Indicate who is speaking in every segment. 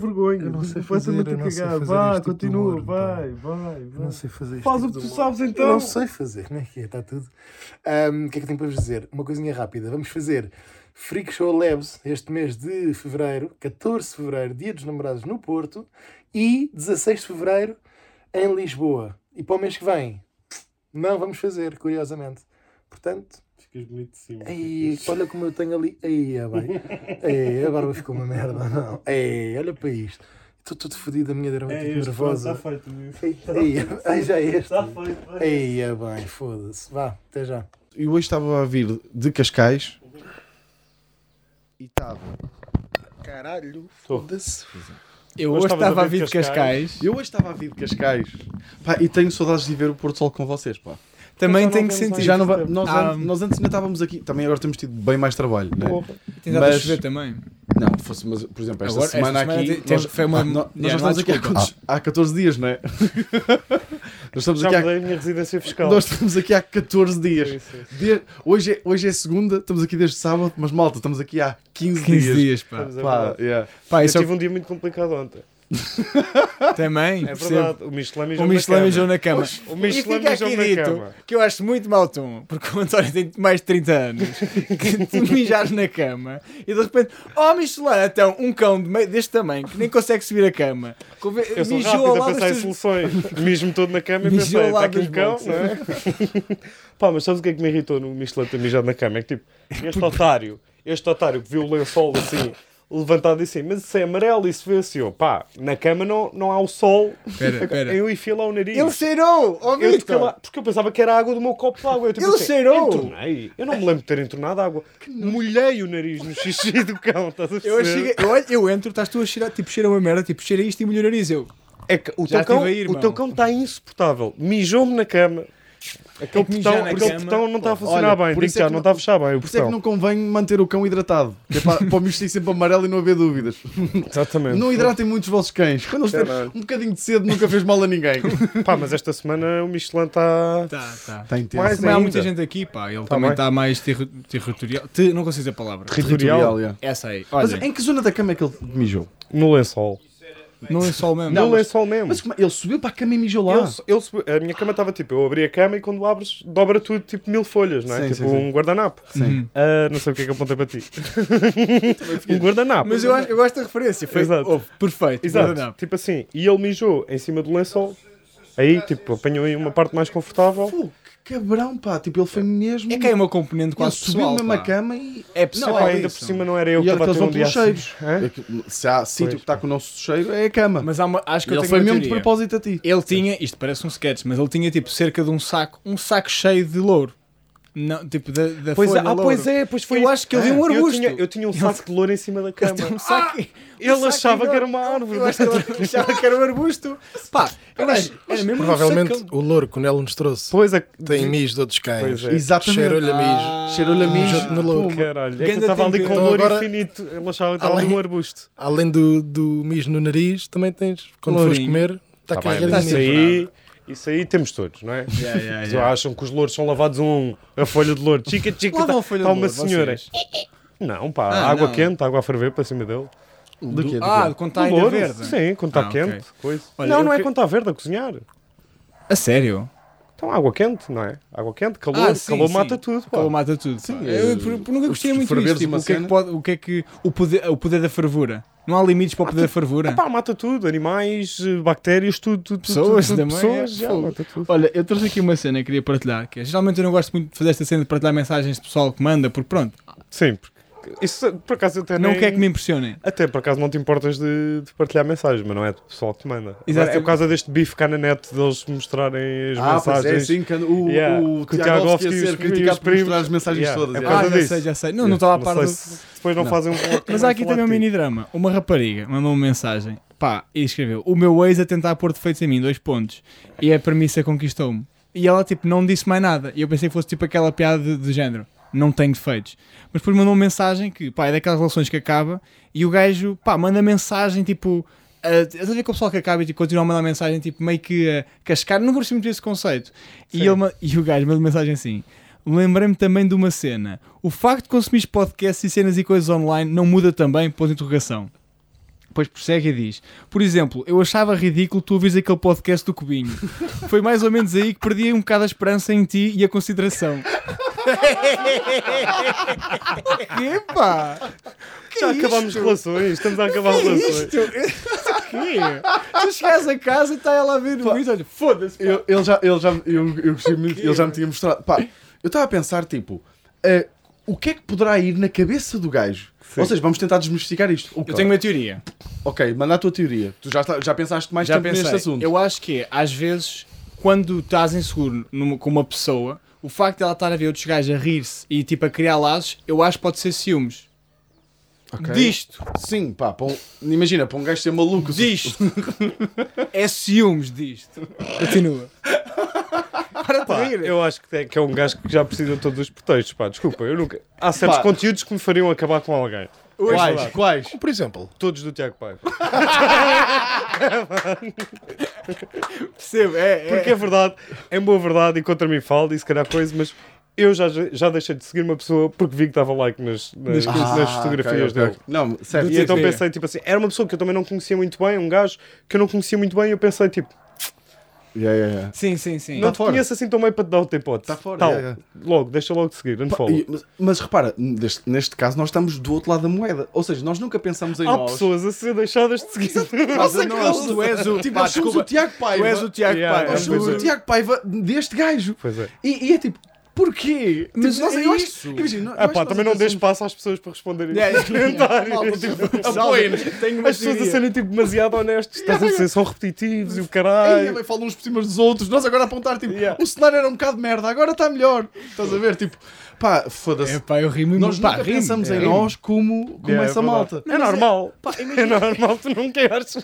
Speaker 1: vergonha.
Speaker 2: Eu não sei
Speaker 1: Vai-te
Speaker 2: fazer,
Speaker 1: muito
Speaker 2: eu não sei
Speaker 1: cagar.
Speaker 2: fazer
Speaker 1: Vá,
Speaker 2: este tipo de
Speaker 1: continua,
Speaker 2: humor,
Speaker 1: vai, vai,
Speaker 2: Eu não
Speaker 1: vai.
Speaker 2: sei fazer isto.
Speaker 1: Faz o que tu sabes então.
Speaker 2: Eu não sei fazer, como é que é? Está tudo. Ahm, O que é que eu tenho para vos dizer? Uma coisinha rápida. Vamos fazer Freak Show Labs este mês de fevereiro, 14 de fevereiro, dia dos namorados no Porto, e 16 de fevereiro em Lisboa. E para o mês que vem, não vamos fazer, curiosamente. Portanto,
Speaker 3: Ficas bonito de cima.
Speaker 2: ei, olha como eu tenho ali. Aí, é bem. Ei, a barba ficou uma merda, não. Ei, olha para isto. Estou todo fodido, a minha dermatite
Speaker 3: este, tá
Speaker 2: nervosa.
Speaker 3: pronto, É, Está feito. meu.
Speaker 2: Ei, ei, ai, já é este.
Speaker 3: Está feito. vai.
Speaker 2: Ei, é bem, foda-se. Vá, até já.
Speaker 4: Eu hoje estava a vir de Cascais e estava. Caralho, foda-se.
Speaker 5: Eu
Speaker 3: Hoje
Speaker 5: hoje
Speaker 3: estavas
Speaker 5: estava
Speaker 3: a
Speaker 5: a
Speaker 3: ver
Speaker 5: vir de Cascais.
Speaker 4: Eu hoje estava a vir de Cascais pá, e tenho saudades de ver o Porto Sol com vocês. Pá.
Speaker 3: Mas
Speaker 5: Também
Speaker 3: já
Speaker 5: tenho
Speaker 3: não vemos
Speaker 5: que sentir.
Speaker 3: mais.
Speaker 4: Já não va- nós,
Speaker 5: Ah.
Speaker 4: antes, nós antes ainda estávamos aqui, também agora temos tido bem mais trabalho. Né?
Speaker 5: Tem dado a
Speaker 4: Mas-
Speaker 5: chover também.
Speaker 4: Não, fosse, mas, por exemplo, esta
Speaker 5: Agora, esta
Speaker 4: semana
Speaker 5: semana
Speaker 4: aqui.
Speaker 5: tem- tem- foi uma-
Speaker 4: Ah, nós, nós
Speaker 5: Yeah,
Speaker 4: já
Speaker 5: não há
Speaker 4: estamos aqui há,
Speaker 5: desculpa.
Speaker 4: quantos- há 14 dias, não é? nós estamos
Speaker 3: Já
Speaker 4: aqui há
Speaker 3: mudei a minha residência fiscal.
Speaker 4: Nós estamos aqui há 14 dias.
Speaker 3: Isso, isso.
Speaker 4: De- hoje, é, hoje é segunda, estamos aqui desde sábado, mas malta, estamos aqui há 15,
Speaker 5: 15
Speaker 4: dias.
Speaker 5: dias, pá.
Speaker 3: Estamos a
Speaker 4: Pá,
Speaker 3: verdade.
Speaker 4: yeah.
Speaker 5: Pá,
Speaker 3: Eu
Speaker 5: isso é
Speaker 3: tive um dia muito complicado ontem.
Speaker 5: o- também.
Speaker 3: É
Speaker 5: percebo.
Speaker 3: verdade. O Michelin mijou
Speaker 5: O
Speaker 3: na
Speaker 5: Michelin
Speaker 3: cama.
Speaker 5: mijou na cama.
Speaker 3: O
Speaker 5: E
Speaker 3: Michelin
Speaker 5: fica
Speaker 3: mijou
Speaker 5: aqui
Speaker 3: na
Speaker 5: dito
Speaker 3: cama.
Speaker 5: que eu acho muito mau tom, porque o António tem mais de 30 anos, que tu mijares na cama e de repente, oh Michelin, então um cão de meio- deste tamanho que nem consegue subir a cama, conve-
Speaker 3: Eu sou
Speaker 5: mijou ao
Speaker 3: rápido a
Speaker 5: lado
Speaker 3: pensar em
Speaker 5: das tuas...
Speaker 3: soluções. Mesmo todo na cama e
Speaker 5: Mijou
Speaker 3: pensei,
Speaker 5: ao
Speaker 3: está
Speaker 5: lado
Speaker 3: aqui um
Speaker 5: dos
Speaker 3: cão,
Speaker 5: boxes.
Speaker 3: não é? Pá, mas sabes o que é que me irritou no Michelin ter mijado na cama? É que tipo, este otário, este otário que viu o lençol assim, levantado e assim, mas isso é amarelo, isso vê assim, ó, pá, na cama não, não há o sol,
Speaker 5: Espera, espera.
Speaker 3: eu enfio lá o nariz.
Speaker 5: Ele cheirou, ó
Speaker 3: Eu toquei lá,
Speaker 5: Vitor!
Speaker 3: porque eu pensava que era a água do meu copo de água. Eu, tipo,
Speaker 5: Ele
Speaker 3: assim,
Speaker 5: cheirou!
Speaker 3: Entornei. Eu não me lembro de ter entornado água. Molhei o nariz no xixi do cão, estás a
Speaker 5: Eu,
Speaker 3: perceber?
Speaker 5: cheguei- eu olho- eu entro, estás tu a cheirar, tipo, cheira uma merda, tipo, cheira isto e melhor nariz, eu...
Speaker 3: É que o teu,
Speaker 5: Já
Speaker 3: cão,
Speaker 5: estive a ir,
Speaker 3: o teu
Speaker 5: irmão.
Speaker 3: cão está insuportável. Mijou-me na cama. Aquele,
Speaker 5: É que mijar
Speaker 3: botão,
Speaker 5: na
Speaker 3: aquele
Speaker 5: cama-
Speaker 3: botão não está a funcionar
Speaker 4: Olha,
Speaker 3: bem.
Speaker 4: por
Speaker 3: Digo
Speaker 4: isso é
Speaker 3: já,
Speaker 4: que
Speaker 3: não
Speaker 4: não-
Speaker 3: está a fechar bem o
Speaker 4: Por isso é que
Speaker 3: botão.
Speaker 4: não convém manter o cão hidratado. que é para, para o misto sempre amarelo e não haver dúvidas.
Speaker 3: Exatamente.
Speaker 4: Não hidratem muito os vossos cães. Quando eles têm um bocadinho de cedo, nunca fez mal a ninguém.
Speaker 3: Pá, mas esta semana o Michelin está.
Speaker 5: Tá, tá.
Speaker 4: Está intenso.
Speaker 3: Mais
Speaker 5: Também há
Speaker 3: ainda.
Speaker 5: muita gente aqui, pá, ele também
Speaker 3: bem.
Speaker 5: está mais terri- territorial... Te- não consigo dizer a palavra.
Speaker 3: Territorial.
Speaker 4: yeah.
Speaker 5: Essa aí,
Speaker 4: Mas
Speaker 5: olha,
Speaker 4: em que zona da cama é que ele mijou?
Speaker 3: No lençol.
Speaker 5: não é só o mesmo.
Speaker 3: no lençol mesmo.
Speaker 4: Mas como- ele subiu para a cama e mijou lá.
Speaker 3: Eu su- eu subi- a minha cama estava tipo, eu abri a cama e quando abres, dobra tudo tipo mil folhas, não é?
Speaker 4: Sim,
Speaker 3: tipo
Speaker 4: sim, sim.
Speaker 3: um guardanapo.
Speaker 5: Uhum.
Speaker 4: Sim.
Speaker 3: Ah, não sei o que é que apontei para ti. um guardanapo.
Speaker 5: Mas eu, acho, eu gosto da referência. Foi
Speaker 3: Exato.
Speaker 5: houve, perfeito.
Speaker 3: Exato,
Speaker 5: guardanapo.
Speaker 3: tipo assim, e ele mijou em cima do lençol, aí tipo, apanhou aí uma parte mais confortável.
Speaker 4: Pô, que cabrão, pá. Tipo, ele foi mesmo.
Speaker 5: É que é uma componente
Speaker 4: ele
Speaker 5: quase
Speaker 4: subiu
Speaker 5: pessoal.
Speaker 4: mesmo a
Speaker 5: pá.
Speaker 4: cama e.
Speaker 5: É
Speaker 3: Não,
Speaker 5: pessoal.
Speaker 3: pá,
Speaker 5: é
Speaker 3: ainda
Speaker 5: isso.
Speaker 3: por cima não era eu
Speaker 4: E
Speaker 3: que
Speaker 4: olha que
Speaker 3: estava a
Speaker 4: eles
Speaker 3: ter um
Speaker 4: vão
Speaker 3: dia
Speaker 4: pelos
Speaker 3: assim.
Speaker 4: cheiros.
Speaker 3: Hã?
Speaker 4: É que Se há sítio que está com o nosso cheiro, é a cama.
Speaker 5: Mas há uma, acho que eu
Speaker 4: ele
Speaker 5: tenho
Speaker 4: foi
Speaker 5: uma
Speaker 4: mesmo de
Speaker 5: teoria.
Speaker 4: propósito a ti.
Speaker 5: Ele tinha, isto parece um sketch, mas ele tinha tipo cerca de um saco, um saco cheio de louro. Não, tipo da, da
Speaker 3: Pois é,
Speaker 5: folha
Speaker 3: ah,
Speaker 5: louro.
Speaker 3: pois é, pois foi
Speaker 5: Eu
Speaker 3: isso.
Speaker 5: acho que ele viu um
Speaker 3: Eu
Speaker 5: arbusto.
Speaker 3: tinha, eu tinha um saco de louro em cima da cama.
Speaker 5: Ele tem um saco.
Speaker 3: Ele
Speaker 5: um saco
Speaker 3: achava
Speaker 5: enorme.
Speaker 3: que era uma árvore.
Speaker 5: Eu acho que ele achava que era um arbusto. Pá, eu acho, era
Speaker 1: é
Speaker 5: mesmo um
Speaker 6: Provavelmente
Speaker 5: sacão.
Speaker 6: o louro que o Nelo nos trouxe
Speaker 3: Pois é,
Speaker 6: tem mis de outros cães.
Speaker 3: Pois é.
Speaker 4: Exatamente.
Speaker 6: Cheirou-lhe a mijo.
Speaker 2: Ah,
Speaker 4: Cheirou-lhe a mijo.
Speaker 6: no louro.
Speaker 3: caralho, é que eu
Speaker 5: Ganda
Speaker 3: estava ali
Speaker 5: tinga.
Speaker 3: com
Speaker 6: Então
Speaker 3: louro
Speaker 6: agora-
Speaker 3: infinito. Ele achava que estava ali
Speaker 6: Além-
Speaker 3: um arbusto.
Speaker 6: Além do, do mijo no nariz, também tens, quando fores
Speaker 5: Lourinho.
Speaker 6: comer, está
Speaker 3: Tá bem,
Speaker 6: carregado
Speaker 3: mas
Speaker 6: de
Speaker 3: isso
Speaker 6: mijo.
Speaker 3: aí, isso aí temos todos, não é?
Speaker 5: Yeah, yeah,
Speaker 3: As pessoas
Speaker 5: yeah.
Speaker 3: acham que os louros são lavados a um, a folha de louro. Chica, chica,
Speaker 5: Lavam
Speaker 3: está
Speaker 5: a folha
Speaker 3: tá
Speaker 5: de
Speaker 3: uma
Speaker 5: louro,
Speaker 3: senhora.
Speaker 5: vocês.
Speaker 3: Não, pá,
Speaker 5: Ah,
Speaker 3: água
Speaker 5: não.
Speaker 3: quente, água a ferver para cima dele.
Speaker 4: Do quê? Do
Speaker 5: Ah,
Speaker 4: quê?
Speaker 5: quando está
Speaker 3: Do
Speaker 5: ainda
Speaker 3: louro,
Speaker 5: verde.
Speaker 3: sim, quando está
Speaker 5: Ah, ok.
Speaker 3: quente. Coisa.
Speaker 5: Olha,
Speaker 3: não,
Speaker 5: eu
Speaker 3: não é
Speaker 5: que-
Speaker 3: quando está verde a cozinhar.
Speaker 5: A sério?
Speaker 3: Então, água quente, não é? Água quente, calor,
Speaker 5: Ah, sim,
Speaker 3: calor
Speaker 5: sim.
Speaker 3: mata tudo. Pá.
Speaker 5: Calor mata tudo. pá. eu, por- por- nunca gostei
Speaker 4: os
Speaker 5: muito disso.
Speaker 4: ferveres
Speaker 5: Tipo,
Speaker 4: uma
Speaker 5: o, que é que
Speaker 4: cena.
Speaker 5: pode, o que é que. O poder, o poder da fervura. Não há limites para o poder da fervura.
Speaker 3: Pá, mata tudo, animais, eh, bactérias, tudo, tudo, tudo,
Speaker 5: Pessoas
Speaker 3: tudo, tudo,
Speaker 5: também,
Speaker 3: pessoas,
Speaker 5: é
Speaker 3: já,
Speaker 5: fogo.
Speaker 3: mata tudo.
Speaker 5: Olha, eu trouxe aqui uma cena que queria partilhar. Que é, geralmente eu não gosto muito de fazer esta cena de partilhar mensagens de pessoal que manda, porque pronto,
Speaker 3: Sim, porque isso por acaso até
Speaker 5: não
Speaker 3: nem-
Speaker 5: quer que me impressionem.
Speaker 3: Até por acaso não te importas de, de partilhar mensagens, mas não é do pessoal que te manda. Agora,
Speaker 5: Exatamente.
Speaker 3: É por causa deste bife cá na net deles mostrarem as
Speaker 4: Ah, pois
Speaker 3: mensagens.
Speaker 4: é, sim, quando o,
Speaker 3: Yeah.
Speaker 4: o
Speaker 3: Que o
Speaker 4: Tiago
Speaker 3: Tiagovski e
Speaker 4: Ovski ia
Speaker 3: os-
Speaker 4: ser
Speaker 3: e os
Speaker 4: criticado por
Speaker 3: primos.
Speaker 4: mostrar as mensagens
Speaker 3: Yeah,
Speaker 4: todas.
Speaker 3: é
Speaker 4: yeah.
Speaker 3: por causa
Speaker 5: Ah, já
Speaker 3: disso.
Speaker 5: sei, já sei. Não, não estava a par
Speaker 3: sei
Speaker 5: do...
Speaker 3: se depois não, fazem um.
Speaker 5: Mas há aqui também um mini drama. Uma rapariga mandou uma mensagem pá, e escreveu: O meu ex a tentar pôr defeitos em mim, dois pontos. E a premissa conquistou-me. E ela tipo não disse mais nada. E eu pensei que fosse tipo aquela piada de, de género. Não tenho defeitos. Mas depois mandou uma mensagem que, pá, é daquelas relações que acaba e o gajo, pá, manda mensagem tipo. a- Estás a ver com o pessoal que acaba e tipo, continua a mandar mensagem tipo meio que a cascar? Não gosto muito desse conceito. E, ele ma- e o gajo manda mensagem assim: Lembrei-me também de uma cena. O facto de consumir podcasts e cenas e coisas online não muda também, ponto de interrogação. Depois prossegue e diz: Por exemplo, eu achava ridículo tu ouvires aquele podcast do Cubinho. Foi mais ou menos aí que perdi um bocado a esperança em ti e a consideração. Epá!
Speaker 3: Já acabámos relações, estamos a acabar relações.
Speaker 5: Isto! Quê? Tu chegares a casa e está ela a ver o Luís, olha, foda-se. pá.
Speaker 4: Eu, ele já, ele já, eu, eu gostei muito, ele já me tinha mostrado. Pá, eu estava a pensar, tipo, eh, o que é que poderá ir na cabeça do gajo? Ou seja, vamos tentar desmistificar isto.
Speaker 5: Eu tenho uma teoria.
Speaker 4: Ok, manda a tua teoria. Tu já, está- já pensaste mais
Speaker 5: Já
Speaker 4: tempo neste
Speaker 5: pensei.
Speaker 4: assunto.
Speaker 5: Eu acho que é, às vezes, quando estás inseguro numa- com uma pessoa, o facto de ela estar a ver outros gajos a rir-se e tipo a criar laços, eu acho que pode ser ciúmes.
Speaker 4: Ok.
Speaker 5: Disto,
Speaker 4: Sim, pá, para um- imagina, para um gajo ser maluco. se-
Speaker 5: disto. é ciúmes disto. Continua. Para
Speaker 3: Pá,
Speaker 5: de rir.
Speaker 3: eu acho que é, que é um gajo que já precisa de todos os pretextos, pá, desculpa, eu nunca... Há certos
Speaker 4: Pá.
Speaker 3: conteúdos que me fariam acabar com alguém.
Speaker 4: Quais? Quais?
Speaker 6: Por exemplo,
Speaker 3: Todos do Tiago Paiva.
Speaker 5: percebo. É, é.
Speaker 3: Porque é verdade, em boa verdade, e contra mim fala, e se calhar coisa, mas eu já, já deixei de seguir uma pessoa porque vi que dava like nas, nas,
Speaker 4: Ah,
Speaker 3: nas fotografias
Speaker 4: ok, ok.
Speaker 3: dele.
Speaker 4: Não, certo.
Speaker 3: E então
Speaker 5: TT.
Speaker 3: pensei, tipo assim, era uma pessoa que eu também não conhecia muito bem, um gajo que eu não conhecia muito bem, e eu pensei, tipo,
Speaker 4: Yeah, yeah, yeah.
Speaker 5: Sim, sim, sim.
Speaker 3: não
Speaker 4: Tá
Speaker 3: te
Speaker 4: fora.
Speaker 3: conheço assim tão bem para te dar outra hipótese.
Speaker 4: Tá fora,
Speaker 3: Tal,
Speaker 4: é, é.
Speaker 3: Logo, deixa logo de seguir,
Speaker 4: Pá,
Speaker 3: unfollow.
Speaker 4: e- mas, mas repara, neste, neste caso nós estamos do outro lado da moeda. Ou seja, nós nunca pensamos em
Speaker 3: Há
Speaker 4: nós.
Speaker 3: pessoas a ser deixadas de seguir.
Speaker 4: Nossa,
Speaker 5: Não,
Speaker 4: nós-
Speaker 5: tu és o-
Speaker 4: tipo,
Speaker 5: pá,
Speaker 4: nós somos
Speaker 5: desculpa.
Speaker 4: o Tiago Paiva.
Speaker 5: Tu és o Tiago
Speaker 3: Yeah,
Speaker 5: Paiva.
Speaker 4: Nós
Speaker 3: é,
Speaker 4: somos
Speaker 3: pois
Speaker 4: o Tiago Paiva deste gajo.
Speaker 3: Pois é.
Speaker 4: E, e é tipo, porquê?
Speaker 5: Mas
Speaker 4: tipo, nós-
Speaker 5: é
Speaker 4: eu acho-
Speaker 5: isso.
Speaker 4: imagina, eu
Speaker 3: Ah,
Speaker 4: acho
Speaker 3: pá,
Speaker 4: que
Speaker 3: também
Speaker 4: nós assim-
Speaker 3: não dê
Speaker 4: pensamos-
Speaker 3: espaço às pessoas para responderem
Speaker 5: Yeah,
Speaker 3: os comentários.
Speaker 5: Tenho uma
Speaker 3: As pessoas a
Speaker 5: teoria.
Speaker 3: serem tipo demasiado honestas, estás a dizer, são repetitivos e o
Speaker 4: Ei,
Speaker 3: caralho.
Speaker 4: bem, falam uns por cima dos outros. Nós agora a apontar, tipo,
Speaker 3: Yeah.
Speaker 4: o cenário era um bocado merda, agora está melhor. Estás a ver? Tipo, pá, foda-se.
Speaker 5: É pá, eu rimo
Speaker 4: nós
Speaker 5: pá,
Speaker 4: nunca
Speaker 5: rimo.
Speaker 4: pensamos em
Speaker 5: É.
Speaker 4: nós como, como
Speaker 3: Yeah, é
Speaker 4: essa
Speaker 3: verdade.
Speaker 4: malta.
Speaker 3: É normal. É normal, tu não queres.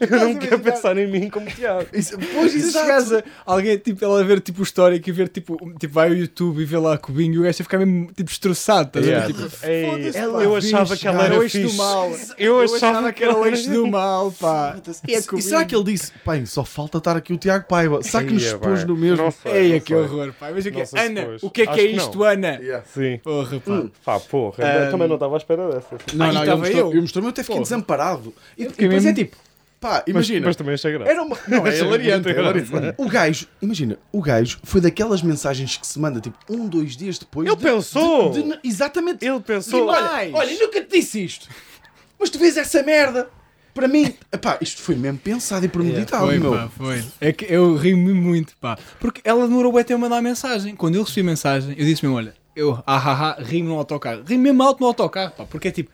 Speaker 3: Eu não quero pensar em mim como Tiago.
Speaker 4: Isso, pois,
Speaker 5: E se
Speaker 4: exato.
Speaker 5: chegares a alguém, tipo, ela a ver tipo, o histórico e ver, tipo, um- tipo, vai ao YouTube e vê lá Cubinho e o gajo a ficar mesmo, tipo, destroçado, estás a ver? Tipo,
Speaker 3: Ei,
Speaker 5: "Foda-se, pá,
Speaker 3: eu achava
Speaker 5: fixe,
Speaker 3: que ela
Speaker 5: cara,
Speaker 3: era
Speaker 5: eu eixo do
Speaker 3: fixe.
Speaker 5: mal.
Speaker 3: Eu achava que ela era
Speaker 5: eixo do mal, pá.
Speaker 4: E, e será que ele disse, bem, só falta estar aqui o Tiago Paiva? Será que nos
Speaker 5: é,
Speaker 3: Ia,
Speaker 4: expôs
Speaker 3: pá.
Speaker 4: no mesmo? é
Speaker 3: Não sei,
Speaker 5: Eia,
Speaker 3: não
Speaker 5: que
Speaker 3: sei.
Speaker 5: horror, pá. Mas o que é?
Speaker 3: Não sei se
Speaker 5: Ana,
Speaker 3: pois.
Speaker 5: o que é que
Speaker 3: Acho
Speaker 5: é
Speaker 3: que não.
Speaker 5: isto, Ana?
Speaker 4: Yeah.
Speaker 3: Sim.
Speaker 5: Porra, pá.
Speaker 3: Pá, porra. Eu também não estava à espera dessa.
Speaker 4: Não,
Speaker 5: Ah, e
Speaker 4: não, eu
Speaker 5: estava
Speaker 4: mostrei, é um eu.
Speaker 5: eu.
Speaker 4: mostrei, eu até fiquei
Speaker 5: Porra.
Speaker 4: desamparado. E, e
Speaker 5: fiquei
Speaker 4: depois é
Speaker 5: mesmo-
Speaker 4: tipo, pá,
Speaker 3: Mas,
Speaker 4: imagina.
Speaker 3: mas também achei graça.
Speaker 4: Era uma... Não, é
Speaker 3: Achei
Speaker 4: hilariante, é
Speaker 3: muito
Speaker 4: hilariante. O gajo, imagina, o gajo foi daquelas mensagens que se manda tipo um, dois dias depois.
Speaker 3: Ele
Speaker 4: de-
Speaker 3: pensou!
Speaker 4: de- de- exatamente.
Speaker 3: Ele
Speaker 4: Tipo,
Speaker 3: pensou.
Speaker 4: olha, olha, nunca te disse isto. Mas tu vês essa merda. Para mim, pá, isto foi mesmo pensado e premeditado,
Speaker 5: Foi,
Speaker 4: "Tá, meu.
Speaker 5: pá, foi. É que eu ri-me muito, pá. Porque ela demorou até a mandar a mensagem. Quando eu recebi a mensagem, eu disse mesmo, olha, eu, ah, ah, ah, ri-me no autocarro. Ri-me mesmo alto no autocarro, pá. Porque é tipo,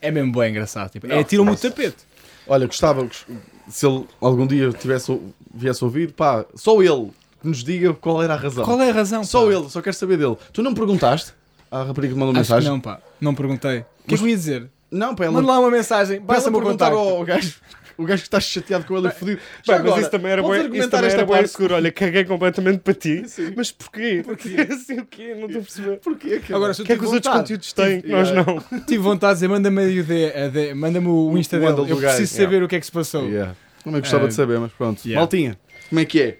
Speaker 5: é mesmo bem engraçado. Tipo, é tira-me o tapete.
Speaker 4: Olha, gostava gos- se ele algum dia tivesse, ou- viesse a ouvir, pá, só ele que nos diga qual era a razão.
Speaker 5: Qual é a razão,
Speaker 4: Só
Speaker 5: pá?
Speaker 4: ele, só quero saber dele. Tu não perguntaste à rapariga que mandou
Speaker 5: Acho que
Speaker 4: mensagem?
Speaker 5: não, pá. Não perguntei. O que é que eu ia dizer?
Speaker 4: Não, para ela,
Speaker 5: Manda lá uma mensagem.
Speaker 4: para ela
Speaker 5: Passa-me o
Speaker 4: perguntar
Speaker 5: contacto.
Speaker 4: ao gajo, o gajo que está chateado com ele e fodido.
Speaker 3: Pá,
Speaker 4: Já
Speaker 3: mas
Speaker 4: agora,
Speaker 3: isso também era
Speaker 4: podes
Speaker 3: bué, isso
Speaker 4: argumentar
Speaker 3: também
Speaker 4: esta
Speaker 3: era bué
Speaker 4: parte?
Speaker 3: seguro. Olha, caguei completamente para ti. Mas porquê? Porquê? assim o quê? Não estou a perceber.
Speaker 4: Porquê, cara?
Speaker 5: Agora,
Speaker 3: O
Speaker 5: se eu
Speaker 3: que é
Speaker 5: tive
Speaker 3: que os outros
Speaker 5: vontade,
Speaker 3: conteúdos têm que nós não?
Speaker 5: tive vontade de dizer, manda-me aí o D- a D- manda-me o Insta
Speaker 4: o
Speaker 5: dele.
Speaker 4: handle
Speaker 5: Eu
Speaker 4: do gajo,
Speaker 5: preciso
Speaker 3: yeah.
Speaker 5: saber o que é que se passou.
Speaker 4: Yeah. Também gostava
Speaker 3: É.
Speaker 5: Eh,
Speaker 4: de saber, mas pronto.
Speaker 5: yeah.
Speaker 4: Maltinha, como é que é?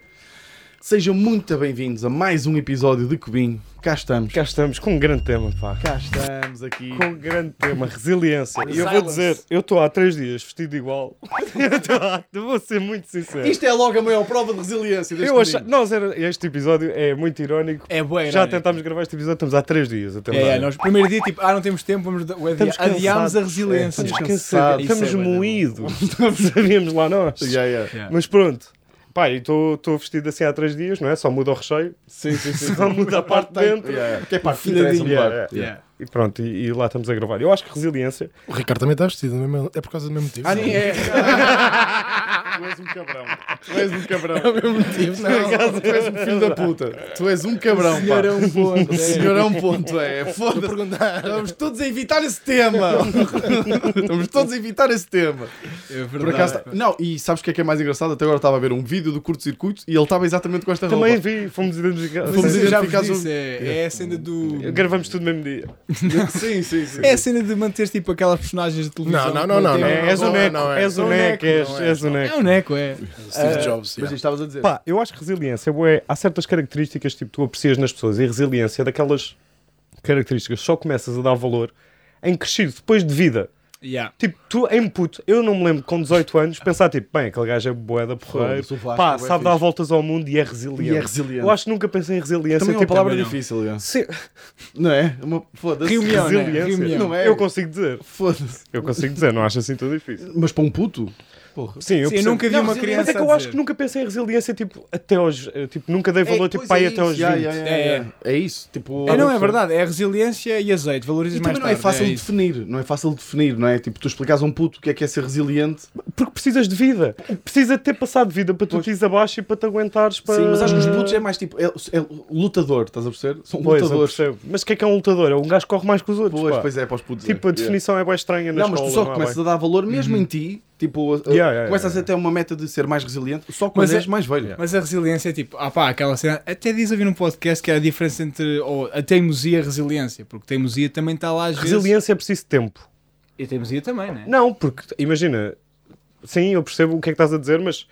Speaker 4: Sejam muito bem-vindos a mais um episódio de Cubinho. Cá estamos.
Speaker 3: Cá estamos com um grande tema, pá.
Speaker 4: Cá estamos aqui.
Speaker 3: Com um grande tema, resiliência. E eu vou dizer, eu estou há três dias vestido igual. Eu estou há- eu vou ser muito sincero.
Speaker 4: Isto é logo a maior prova de resiliência deste
Speaker 3: Eu acha...
Speaker 4: menino.
Speaker 3: Nós era... Este episódio é muito irónico.
Speaker 5: É bué,
Speaker 3: Já
Speaker 5: irónico.
Speaker 3: tentámos gravar este episódio, estamos há três dias. Até
Speaker 5: É, é, nós, primeiro dia, tipo, ah, não temos tempo, vamos da- o adia-
Speaker 3: Estamos
Speaker 5: adiámos
Speaker 3: cansados. É,
Speaker 5: a resiliência.
Speaker 3: Estamos
Speaker 5: Estamos
Speaker 3: cansados,
Speaker 5: Isso é
Speaker 3: estamos
Speaker 5: bué da bom.
Speaker 3: moídos. Sabíamos lá nós.
Speaker 4: Yeah, yeah.
Speaker 5: Yeah.
Speaker 3: Mas pronto. Pá, e estou vestido assim há três dias, não é? Só muda o recheio. Sim, sim, sim. Só muda a parte de dentro.
Speaker 4: Yeah, yeah. Que é parte que interessa
Speaker 5: Filhadinho.
Speaker 4: um
Speaker 3: Yeah,
Speaker 4: bocado.
Speaker 5: Yeah.
Speaker 3: E pronto, e, e lá estamos a gravar. Eu acho que resiliência.
Speaker 6: o Ricardo também está vestido, não é mesmo? é por causa do mesmo motivo.
Speaker 4: Ah, nem é.
Speaker 3: Tu és um cabrão.
Speaker 4: Tu és um cabrão. É o mesmo motivo. Não, tu és um filho da puta. Tu és um cabrão, pá.
Speaker 5: Era um bom.
Speaker 4: O senhor é um ponto, é. Foda-se. Estamos todos a evitar esse tema. Estamos todos a evitar esse tema.
Speaker 5: É verdade.
Speaker 4: Por acaso, não, e sabes o que é que é mais engraçado? Até agora estava a ver um vídeo do curto-circuito e ele estava exatamente com esta
Speaker 3: Também
Speaker 4: roupa.
Speaker 3: vi, fomos identificados.
Speaker 5: Mas
Speaker 4: Fomos
Speaker 5: eu já vos
Speaker 4: identificados
Speaker 5: disse, é, é a cena do.
Speaker 3: Gravamos tudo no mesmo dia.
Speaker 4: Sim, sim, sim.
Speaker 5: É a cena de manter tipo aquelas personagens de televisão.
Speaker 6: Não, não, não, não,
Speaker 5: que mantêm-
Speaker 6: não.
Speaker 3: É, és o
Speaker 6: não é,
Speaker 3: neco,
Speaker 6: não é.
Speaker 3: és o
Speaker 6: Não é
Speaker 3: neco,
Speaker 6: que
Speaker 3: és-
Speaker 6: não é,
Speaker 3: és o
Speaker 5: É
Speaker 3: neco.
Speaker 5: um neco, é.
Speaker 6: Steve Jobs,
Speaker 4: Mas
Speaker 6: yeah.
Speaker 4: isto estavas a dizer.
Speaker 3: Pá, eu acho que resiliência, bué, há certas características tipo, tu aprecias nas pessoas e a resiliência é daquelas características que só começas a dar valor em crescido, depois de vida.
Speaker 5: Yeah.
Speaker 3: Tipo, tu, em puto, eu não me lembro com 18 anos pensar, tipo, bem, aquele gajo é bué da porreiro,
Speaker 4: Foda-se, o Vasco
Speaker 3: pá,
Speaker 4: é bué
Speaker 3: sabe dar
Speaker 4: fixe.
Speaker 3: voltas ao mundo e é resiliente.
Speaker 4: E é resiliente.
Speaker 3: Eu acho que nunca pensei em resiliência.
Speaker 4: Também é uma
Speaker 3: tipo,
Speaker 4: palavra
Speaker 5: também não.
Speaker 4: difícil, já.
Speaker 3: se-
Speaker 4: não é? Uma... Foda-se.
Speaker 5: Rio Mião, né?
Speaker 3: resiliência.
Speaker 5: Rio Mião.
Speaker 4: Não é?
Speaker 3: Eu consigo dizer.
Speaker 4: Foda-se.
Speaker 3: Eu consigo dizer, não acho assim tão difícil.
Speaker 4: Mas para um puto?
Speaker 3: Sim, eu,
Speaker 5: Sim, eu
Speaker 3: percebo.
Speaker 5: nunca vi
Speaker 4: Não,
Speaker 5: uma
Speaker 4: mas é
Speaker 5: criança.
Speaker 3: Mas é que eu
Speaker 5: a
Speaker 3: acho
Speaker 5: dizer.
Speaker 3: que nunca pensei em resiliência, tipo, até hoje. Tipo, nunca dei valor, tipo,
Speaker 4: pois
Speaker 3: pai,
Speaker 4: é
Speaker 3: até aos
Speaker 4: isso, já,
Speaker 3: 20.
Speaker 4: já, já,
Speaker 5: É,
Speaker 4: já. É isso. Tipo,
Speaker 5: É, não, é verdade, é resiliência e azeite, valorizas
Speaker 4: E
Speaker 5: mais
Speaker 4: também não é
Speaker 5: tarde,
Speaker 4: fácil de
Speaker 5: isso.
Speaker 4: definir, não é fácil de definir, não é? Tipo, tu explicas a um puto o que é que é ser resiliente.
Speaker 3: Porque precisas de vida. Precisa de ter passado vida para tu te ires abaixo e para te aguentares para...
Speaker 4: Sim, mas acho que os putos é mais tipo, é, é lutador, estás a perceber? São
Speaker 3: Pois, eu
Speaker 4: lutadores.
Speaker 3: percebo. Mas o que é que é um lutador? É um gajo que corre mais que os outros,
Speaker 4: Pois,
Speaker 3: pá.
Speaker 4: pois é, para os putos.
Speaker 3: Tipo,
Speaker 4: é.
Speaker 3: a definição é bem estranha na
Speaker 4: Não, mas tu
Speaker 3: escola,
Speaker 4: só
Speaker 3: há
Speaker 4: começas
Speaker 3: bem.
Speaker 4: a dar valor mesmo
Speaker 5: Uhum.
Speaker 4: em ti, tipo, a- a-
Speaker 3: Yeah, yeah,
Speaker 4: começas
Speaker 3: yeah.
Speaker 4: a ter uma meta de ser mais resiliente só quando
Speaker 5: Mas é-
Speaker 4: és mais velho.
Speaker 5: Mas a resiliência é tipo, ah pá, aquela cena. Até diz ouvir num podcast que é a diferença entre ou, a teimosia e a resiliência, porque teimosia também está lá às vezes.
Speaker 3: Resiliência é preciso de tempo.
Speaker 5: E teimosia também, né?
Speaker 3: Não, porque, imagina... Sim, eu percebo o que é que estás a dizer, mas...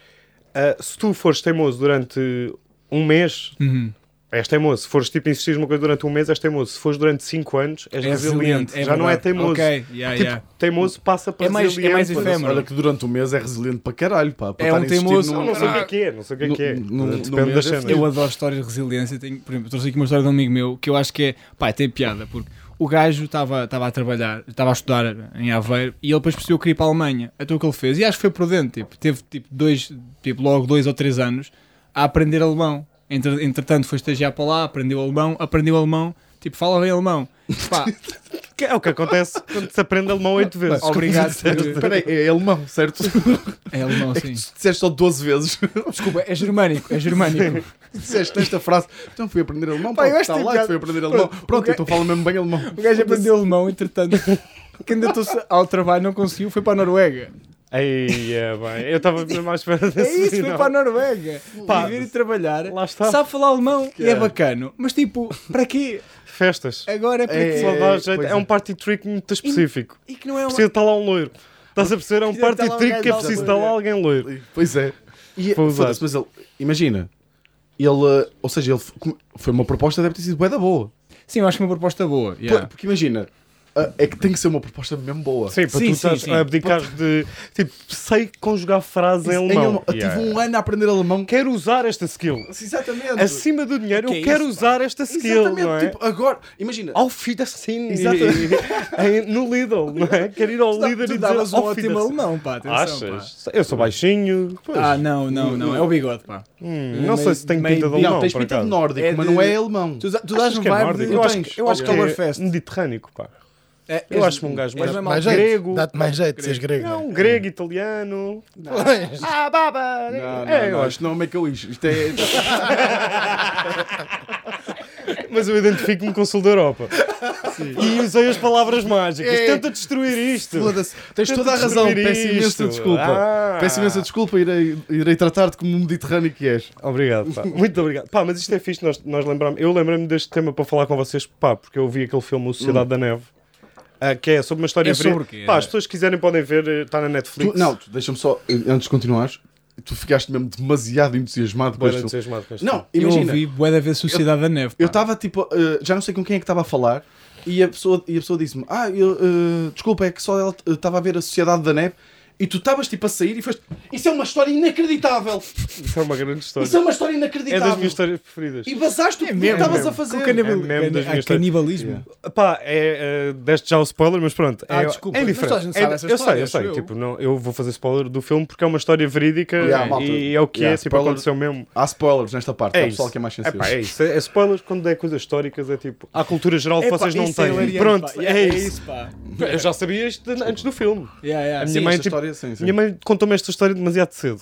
Speaker 3: ah, se tu fores teimoso durante um mês,
Speaker 5: Uhum.
Speaker 3: És teimoso. Se fores tipo insistir numa coisa durante um mês, és teimoso. Se fores durante 5 anos, és
Speaker 5: É
Speaker 3: resiliente.
Speaker 5: resiliente, é
Speaker 3: Já não é
Speaker 5: verdade.
Speaker 3: teimoso.
Speaker 5: Ok, yeah,
Speaker 3: tipo,
Speaker 5: yeah.
Speaker 3: teimoso passa para
Speaker 5: É mais- é
Speaker 3: resiliente.
Speaker 5: mais
Speaker 3: Mas
Speaker 5: efêmero.
Speaker 4: Olha que durante o mês é resiliente para caralho, pá. Para
Speaker 5: É
Speaker 4: estar
Speaker 5: um
Speaker 4: a insistir
Speaker 5: teimoso.
Speaker 3: Eu
Speaker 4: num-
Speaker 3: não sei o que é
Speaker 5: Ah,
Speaker 3: que é, não sei o que é que é.
Speaker 4: no- no- no
Speaker 3: Depende
Speaker 4: mês
Speaker 3: das
Speaker 4: é
Speaker 3: cenas.
Speaker 4: frio.
Speaker 5: Eu adoro histórias de resiliência. Tenho, por exemplo, trouxe aqui uma história de um amigo meu que eu acho que é, pá, tem piada, porque o gajo estava estava a trabalhar, estava a estudar em Aveiro e ele depois percebeu que queria ir para a Alemanha. Então o que ele fez, e acho que foi prudente, tipo, teve tipo dois, tipo, logo dois ou três anos a aprender alemão. Entre- Entretanto, foi estagiar para lá, aprendeu alemão, aprendeu alemão, tipo, fala bem alemão. Pá,
Speaker 3: Que É o que acontece quando se aprende alemão 8 vezes.
Speaker 5: obrigado. por-
Speaker 4: Espera aí, é alemão, certo?
Speaker 5: É alemão,
Speaker 4: É que
Speaker 5: sim.
Speaker 4: tu disseste só 12 vezes.
Speaker 5: Desculpa, é germânico, é germânico.
Speaker 4: disseste esta frase. Então fui aprender alemão,
Speaker 5: Pá,
Speaker 4: pá,
Speaker 5: eu acho
Speaker 4: está
Speaker 5: que tem
Speaker 4: lá,
Speaker 5: piada.
Speaker 4: fui aprender alemão.
Speaker 5: Pronto,
Speaker 4: Pronto,
Speaker 5: ok.
Speaker 4: então fala mesmo bem alemão.
Speaker 5: O gajo é aprendeu alemão, entretanto, candidatou-se ao trabalho, não conseguiu, foi para a Noruega.
Speaker 3: Aí, é bem. Eu estava mesmo à espera
Speaker 5: É
Speaker 3: desse
Speaker 5: isso, foi
Speaker 3: sinal.
Speaker 5: para a Noruega.
Speaker 3: Pá,
Speaker 5: Viver e trabalhar.
Speaker 3: lá está.
Speaker 5: Sabe falar alemão e é bacano. Mas tipo, para quê?
Speaker 3: Festas.
Speaker 5: Agora é para
Speaker 4: É,
Speaker 5: quê?
Speaker 3: Só dá jeito.
Speaker 4: pois
Speaker 3: É
Speaker 4: é.
Speaker 3: um party trick muito específico.
Speaker 5: E que não é uma...
Speaker 3: Precisa estar lá um loiro. Estás a perceber? É um
Speaker 5: Precisa estar
Speaker 3: party
Speaker 5: lá um
Speaker 3: trick que é
Speaker 5: gajo
Speaker 3: preciso
Speaker 5: de
Speaker 3: estar lá
Speaker 5: altura.
Speaker 3: alguém loiro.
Speaker 4: Pois é. E
Speaker 3: Vou usar.
Speaker 4: foda-se, mas ele, imagina, ele, eh, ou seja, ele f- come- foi uma proposta deve ter sido bué da boa.
Speaker 5: Sim, eu acho que é uma proposta boa.
Speaker 4: Pô,
Speaker 5: yeah.
Speaker 4: Porque imagina, a- é que tem que ser uma proposta mesmo boa.
Speaker 3: Sim, para
Speaker 5: Sim,
Speaker 3: tu
Speaker 5: sim,
Speaker 3: estás
Speaker 5: sim.
Speaker 3: a abdicar de. Tipo, sei conjugar frases em
Speaker 4: Em
Speaker 3: alemão.
Speaker 4: é alemão. Eu tive
Speaker 3: Yeah.
Speaker 4: um ano a aprender alemão.
Speaker 3: Quero usar esta skill.
Speaker 4: Exatamente.
Speaker 3: Acima do dinheiro,
Speaker 5: Que é
Speaker 3: eu quero
Speaker 5: isso,
Speaker 3: usar esta skill,
Speaker 4: Exatamente,
Speaker 3: não é?
Speaker 4: tipo, agora, imagina,
Speaker 3: Ao fim da scene.
Speaker 4: Exatamente.
Speaker 3: No Lidl, não é? Quero ir ao Lidl
Speaker 5: tu
Speaker 3: e dizer
Speaker 5: davas um
Speaker 3: ao fim
Speaker 5: ótimo
Speaker 3: da
Speaker 5: alemão, pá. Atenção, pá.
Speaker 3: Achas? Eu sou baixinho. Pois.
Speaker 5: Ah, não, não, não. É o bigode, pá.
Speaker 3: Hum,
Speaker 5: meio-
Speaker 3: não sei se tenho
Speaker 5: meio-
Speaker 3: pinta de alemão,
Speaker 4: não, tens
Speaker 3: por
Speaker 4: pinta de
Speaker 3: acaso.
Speaker 4: nórdico,
Speaker 5: É
Speaker 4: mas
Speaker 5: de-
Speaker 4: não é alemão.
Speaker 5: Tu, dá- tu dás um
Speaker 3: que é
Speaker 5: vibe
Speaker 3: nórdico?
Speaker 5: de...
Speaker 3: Eu acho
Speaker 5: tens.
Speaker 3: que- eu acho que é
Speaker 5: Oktoberfest.
Speaker 3: mediterrâneo, pá.
Speaker 5: É-
Speaker 3: Eu
Speaker 5: és-
Speaker 3: acho-me um gajo
Speaker 5: és
Speaker 3: mais-
Speaker 5: mesmo
Speaker 6: Mais
Speaker 5: alguém-
Speaker 3: grego.
Speaker 6: jeito. Dá-te mais jeito de seres
Speaker 2: É um
Speaker 6: grego. é?
Speaker 3: Não, grego, italiano.
Speaker 6: Pois.
Speaker 3: Ah, baba!
Speaker 4: Não, não,
Speaker 3: é, eu
Speaker 4: não,
Speaker 3: acho.
Speaker 4: isto não é make-a-wish. Isto é.
Speaker 3: Mas eu identifico-me com o sul da Europa. E usei as palavras mágicas.
Speaker 4: É.
Speaker 3: Tenta destruir isto.
Speaker 4: Foda-se. Tens
Speaker 3: Tenta
Speaker 4: toda a razão.
Speaker 3: descobrir
Speaker 4: Peço imensa
Speaker 3: isto.
Speaker 4: desculpa.
Speaker 3: Ah.
Speaker 4: Peço imensa desculpa. Irei, irei tratar-te como um mediterrâneo que és.
Speaker 3: Obrigado, pá. Muito obrigado. Pá, mas isto é fixe, nós, nós lembramos. Eu lembrei-me deste tema para falar com vocês, pá, porque eu vi aquele filme O
Speaker 4: Hum.
Speaker 3: Sociedade da Neve, ah, que é sobre uma história
Speaker 5: É sobre
Speaker 3: verídica.
Speaker 5: o quê?
Speaker 3: Pá, as pessoas que quiserem podem ver, eh, está na
Speaker 4: Tu,
Speaker 3: Netflix.
Speaker 4: não, tu- deixa-me só. Antes de continuares, tu ficaste mesmo demasiado entusiasmado com
Speaker 3: Bora
Speaker 4: este filme.
Speaker 3: entusiasmado com este
Speaker 4: Não,
Speaker 5: Eu
Speaker 4: imagina.
Speaker 5: ouvi bué da vez Sociedade da Neve,
Speaker 4: Eu
Speaker 5: pá.
Speaker 4: estava tipo, eh, já não sei com quem é que estava a falar, e a pessoa, e a pessoa disse-me: Ah, eu, eh, desculpa, é que só ela estava a ver a Sociedade da Neve. E tu estavas tipo a sair e foste. Isso é uma história inacreditável!
Speaker 3: filme. Isso é uma grande história.
Speaker 4: Isso é uma história
Speaker 3: É
Speaker 4: inacreditável!
Speaker 3: das minhas histórias É preferidas.
Speaker 4: E vazaste o que
Speaker 5: mesmo,
Speaker 4: estavas
Speaker 5: mesmo.
Speaker 4: a fazer.
Speaker 5: Com canibal-
Speaker 3: É mesmo das
Speaker 5: cani-
Speaker 3: minhas
Speaker 5: ah, canibalismo.
Speaker 3: Pá, é, eh, deste já o spoiler, mas pronto.
Speaker 5: Ah,
Speaker 3: é,
Speaker 5: desculpa,
Speaker 3: é
Speaker 5: mas
Speaker 3: indiferente.
Speaker 5: toda a gente sabe
Speaker 3: É-
Speaker 5: essa
Speaker 3: eu sei,
Speaker 5: história,
Speaker 3: eu sei.
Speaker 5: acho eu.
Speaker 3: Tipo, não, eu vou fazer spoiler do filme porque é uma história verídica
Speaker 4: Yeah, malta.
Speaker 3: e é o que
Speaker 4: Yeah,
Speaker 3: é, tipo,
Speaker 4: spoiler-
Speaker 3: aconteceu mesmo.
Speaker 4: Há spoilers nesta parte, é o
Speaker 3: isso.
Speaker 4: pessoal que é mais
Speaker 3: É
Speaker 4: sensível.
Speaker 3: pá, é isso. É, é spoilers quando é coisas históricas, é tipo. Há cultura geral que
Speaker 5: Epá,
Speaker 3: vocês não
Speaker 5: isso é
Speaker 3: têm.
Speaker 5: hilariante,
Speaker 3: Pronto,
Speaker 5: pá.
Speaker 3: é, isso.
Speaker 5: pá.
Speaker 3: Eu já sabia isto antes do filme.
Speaker 5: Yeah, yeah.
Speaker 3: A
Speaker 4: Sim,
Speaker 3: minha mãe,
Speaker 4: esta
Speaker 3: tipo,
Speaker 4: história, sim, sim.
Speaker 3: Minha mãe contou-me esta história demasiado cedo.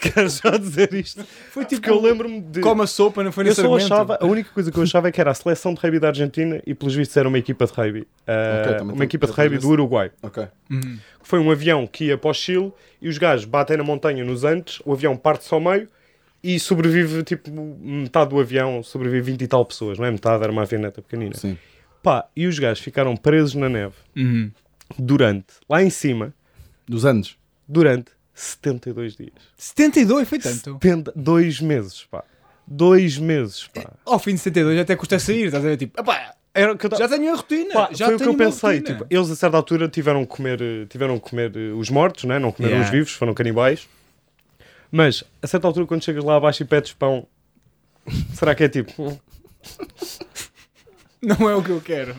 Speaker 3: Quero já dizer isto.
Speaker 5: Foi tipo
Speaker 3: Porque eu lembro-me de.
Speaker 5: Como a sopa, não foi
Speaker 3: eu
Speaker 5: nesse
Speaker 3: só
Speaker 5: argumento.
Speaker 3: achava, a única coisa que eu achava é que era a seleção de rugby da Argentina e, pelos vistos, era uma equipa de rugby. Ah,
Speaker 4: Ok, também
Speaker 3: uma
Speaker 4: tem-
Speaker 3: equipa de
Speaker 4: também
Speaker 3: rugby
Speaker 4: tem
Speaker 3: do Uruguai.
Speaker 4: Ok.
Speaker 3: Foi um avião que ia para o Chile e os gajos batem na montanha nos Andes, o avião parte-se ao meio e sobrevive, tipo, metade do avião sobrevive 20 e tal pessoas, não é? Metade era uma avioneta pequenina.
Speaker 4: Sim.
Speaker 3: Pá, e os gajos ficaram presos na neve
Speaker 5: Uhum.
Speaker 3: durante, lá em cima,
Speaker 4: Dos anos.
Speaker 3: durante 72 dias.
Speaker 5: 72 foi tanto.
Speaker 3: Então? 72 meses, pá. Dois meses, pá.
Speaker 5: Ao fim de 72 até custa sair, estás a ver? Tipo, "Epá,
Speaker 3: É, Era o que eu tava-
Speaker 1: Já tenho a
Speaker 5: É,
Speaker 1: rotina.
Speaker 3: Pá,
Speaker 1: já
Speaker 3: foi o que
Speaker 1: tenho
Speaker 3: eu
Speaker 1: uma
Speaker 3: pensei.
Speaker 1: rotina.
Speaker 3: Tipo, eles a certa altura tiveram que comer, eh, tiveram que comer eh, os mortos, né? não comeram
Speaker 5: Yeah.
Speaker 3: os vivos, foram canibais. Mas a certa altura, quando chegas lá abaixo e pedes pão, será que é tipo. "Hum,
Speaker 5: Não é o que eu quero.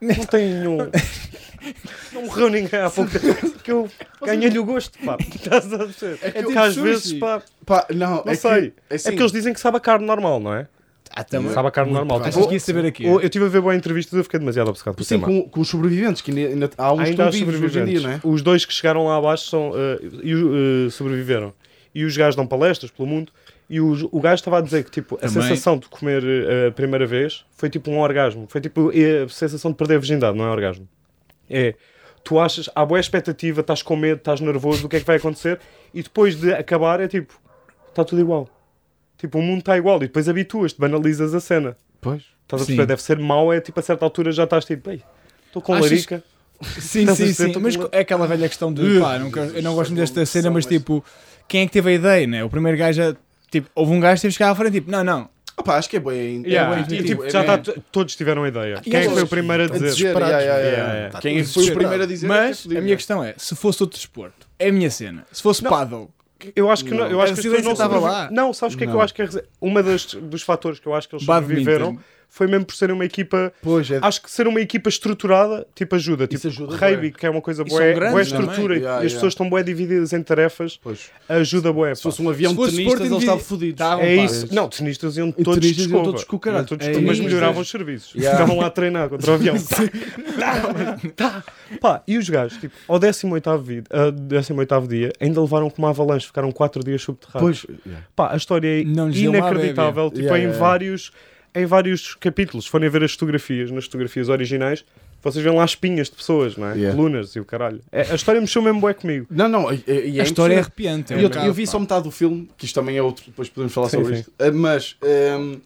Speaker 3: Não tenho nenhum. Não morreu ninguém há pouco tempo. Que eu ganhei-lhe o gosto, pá. Estás a perceber? É,
Speaker 5: tipo
Speaker 3: que às
Speaker 5: sushi.
Speaker 3: vezes, pá.
Speaker 4: Pá, não,
Speaker 3: Não
Speaker 4: é
Speaker 3: sei.
Speaker 4: Que, é, assim,
Speaker 3: É porque eles dizem que sabe a carne normal, não é?
Speaker 5: Ah, também.
Speaker 3: Sabe a carne normal.
Speaker 5: Achas
Speaker 3: Tipo,
Speaker 5: que ia saber aqui?
Speaker 3: ou- eu estive a ver boa entrevista e eu fiquei demasiado obcecado com o
Speaker 4: Sim,
Speaker 3: tema.
Speaker 4: com, com os sobreviventes, que ainda, ainda há uns que
Speaker 3: Ainda
Speaker 4: estão
Speaker 3: há
Speaker 4: vivos hoje em dia,
Speaker 3: sobreviventes.
Speaker 4: não é?
Speaker 3: Os dois que chegaram lá abaixo são, eh, e, o- eh, sobreviveram. E os gajos dão palestras pelo mundo. E os- o gajo estava a dizer que tipo, a
Speaker 5: Também.
Speaker 3: sensação de comer eh, a primeira vez foi tipo um orgasmo. Foi tipo eh, a sensação de perder a virgindade, não é orgasmo. É, tu achas, há boa expectativa, estás com medo, estás nervoso do que é que vai acontecer. E depois de acabar é tipo, está tudo igual. Tipo, o mundo está igual. E depois habituas-te, banalizas a cena.
Speaker 4: Pois.
Speaker 3: Estás a
Speaker 5: Sim.
Speaker 3: perceber? Deve ser mau, é tipo a certa altura já estás tipo, "Ei, estou com
Speaker 5: Achas-
Speaker 3: larica.
Speaker 5: Sim,
Speaker 3: Estás a
Speaker 5: sim,
Speaker 3: ser
Speaker 5: sim.
Speaker 3: tão
Speaker 5: Mas
Speaker 3: boa.
Speaker 5: é aquela velha questão de pá, não quero- eu não gosto muito desta cena, mas tipo, quem é que teve a ideia, né? O primeiro gajo, a- tipo, houve um gajo que teve que chegar à frente, tipo, não, não.
Speaker 4: Opa, acho que é bem.
Speaker 3: Yeah,
Speaker 4: É bem
Speaker 3: e,
Speaker 4: intuitivo,
Speaker 3: tipo,
Speaker 4: é
Speaker 3: já
Speaker 4: bem-
Speaker 3: tá- todos tiveram a ideia. Quem é que
Speaker 4: eles-
Speaker 3: foi o primeiro a
Speaker 4: a
Speaker 3: dizer?
Speaker 4: dizer, yeah, yeah, yeah.
Speaker 3: Yeah, yeah.
Speaker 4: Tá Quem foi o primeiro a dizer é
Speaker 5: Mas
Speaker 4: que é
Speaker 5: a minha questão é: se fosse outro desporto, é a minha cena. Se fosse paddle,
Speaker 3: Eu acho que não, eu acho
Speaker 5: A
Speaker 3: que as pessoas
Speaker 5: resiliência
Speaker 3: não
Speaker 5: estava
Speaker 3: sobrevi-
Speaker 5: lá.
Speaker 3: Não, sabes o que é que eu acho que é resi- uma das dos fatores que eu acho que eles
Speaker 5: Badminton.
Speaker 3: sobreviveram foi mesmo por serem uma equipa
Speaker 4: Pois, é.
Speaker 3: Acho que ser uma equipa estruturada, tipo, ajuda. Tipo,
Speaker 4: Isso ajuda,
Speaker 3: rugby, que é uma coisa boa,
Speaker 5: são
Speaker 3: é
Speaker 5: grandes
Speaker 3: boa estrutura
Speaker 5: também.
Speaker 3: e-
Speaker 4: Yeah,
Speaker 3: e as
Speaker 4: yeah.
Speaker 3: pessoas estão boé divididas em tarefas,
Speaker 4: Pois.
Speaker 3: ajuda boé.
Speaker 4: Se fosse um avião
Speaker 5: Se
Speaker 4: de
Speaker 5: fosse
Speaker 4: tenistas,
Speaker 5: Sporting
Speaker 4: eles estavam
Speaker 5: de-
Speaker 4: fodidos.
Speaker 5: Estavam,
Speaker 3: É
Speaker 5: pá.
Speaker 3: isso. Não, tenistas iam
Speaker 4: E
Speaker 3: todos de
Speaker 4: tenistas iam
Speaker 3: escova.
Speaker 4: todos com o caralho.
Speaker 3: Iam todos
Speaker 5: É
Speaker 3: de escova, mas
Speaker 5: isso.
Speaker 3: melhoravam os serviços.
Speaker 4: Yeah.
Speaker 3: Ficavam lá a treinar contra o avião. Tá, tá. Pá, e os gajos, tipo, ao 18º, vid- ah, 18º dia, ainda levaram com uma avalanche, ficaram 4 dias subterrâneos.
Speaker 4: Pois.
Speaker 3: Pá, a história é
Speaker 5: Não lhes deu uma
Speaker 3: inacreditável, tipo,
Speaker 4: Yeah,
Speaker 3: em
Speaker 4: yeah, yeah.
Speaker 3: vários... Em vários capítulos, se forem ver as fotografias, nas fotografias originais, vocês veem lá espinhas de pessoas, não é?
Speaker 4: Yeah.
Speaker 3: Colunas e o caralho. É, a história mexeu mesmo bué comigo.
Speaker 4: Não, não. E, e
Speaker 5: a história é
Speaker 4: impressionante.
Speaker 5: arrepiante. é um
Speaker 4: E eu,
Speaker 5: bocado,
Speaker 4: eu vi
Speaker 5: pá.
Speaker 4: só metade do filme, que isto também é outro, depois podemos falar
Speaker 3: Sim,
Speaker 4: sobre
Speaker 3: sim.
Speaker 4: isto. Ah, Mas ahm,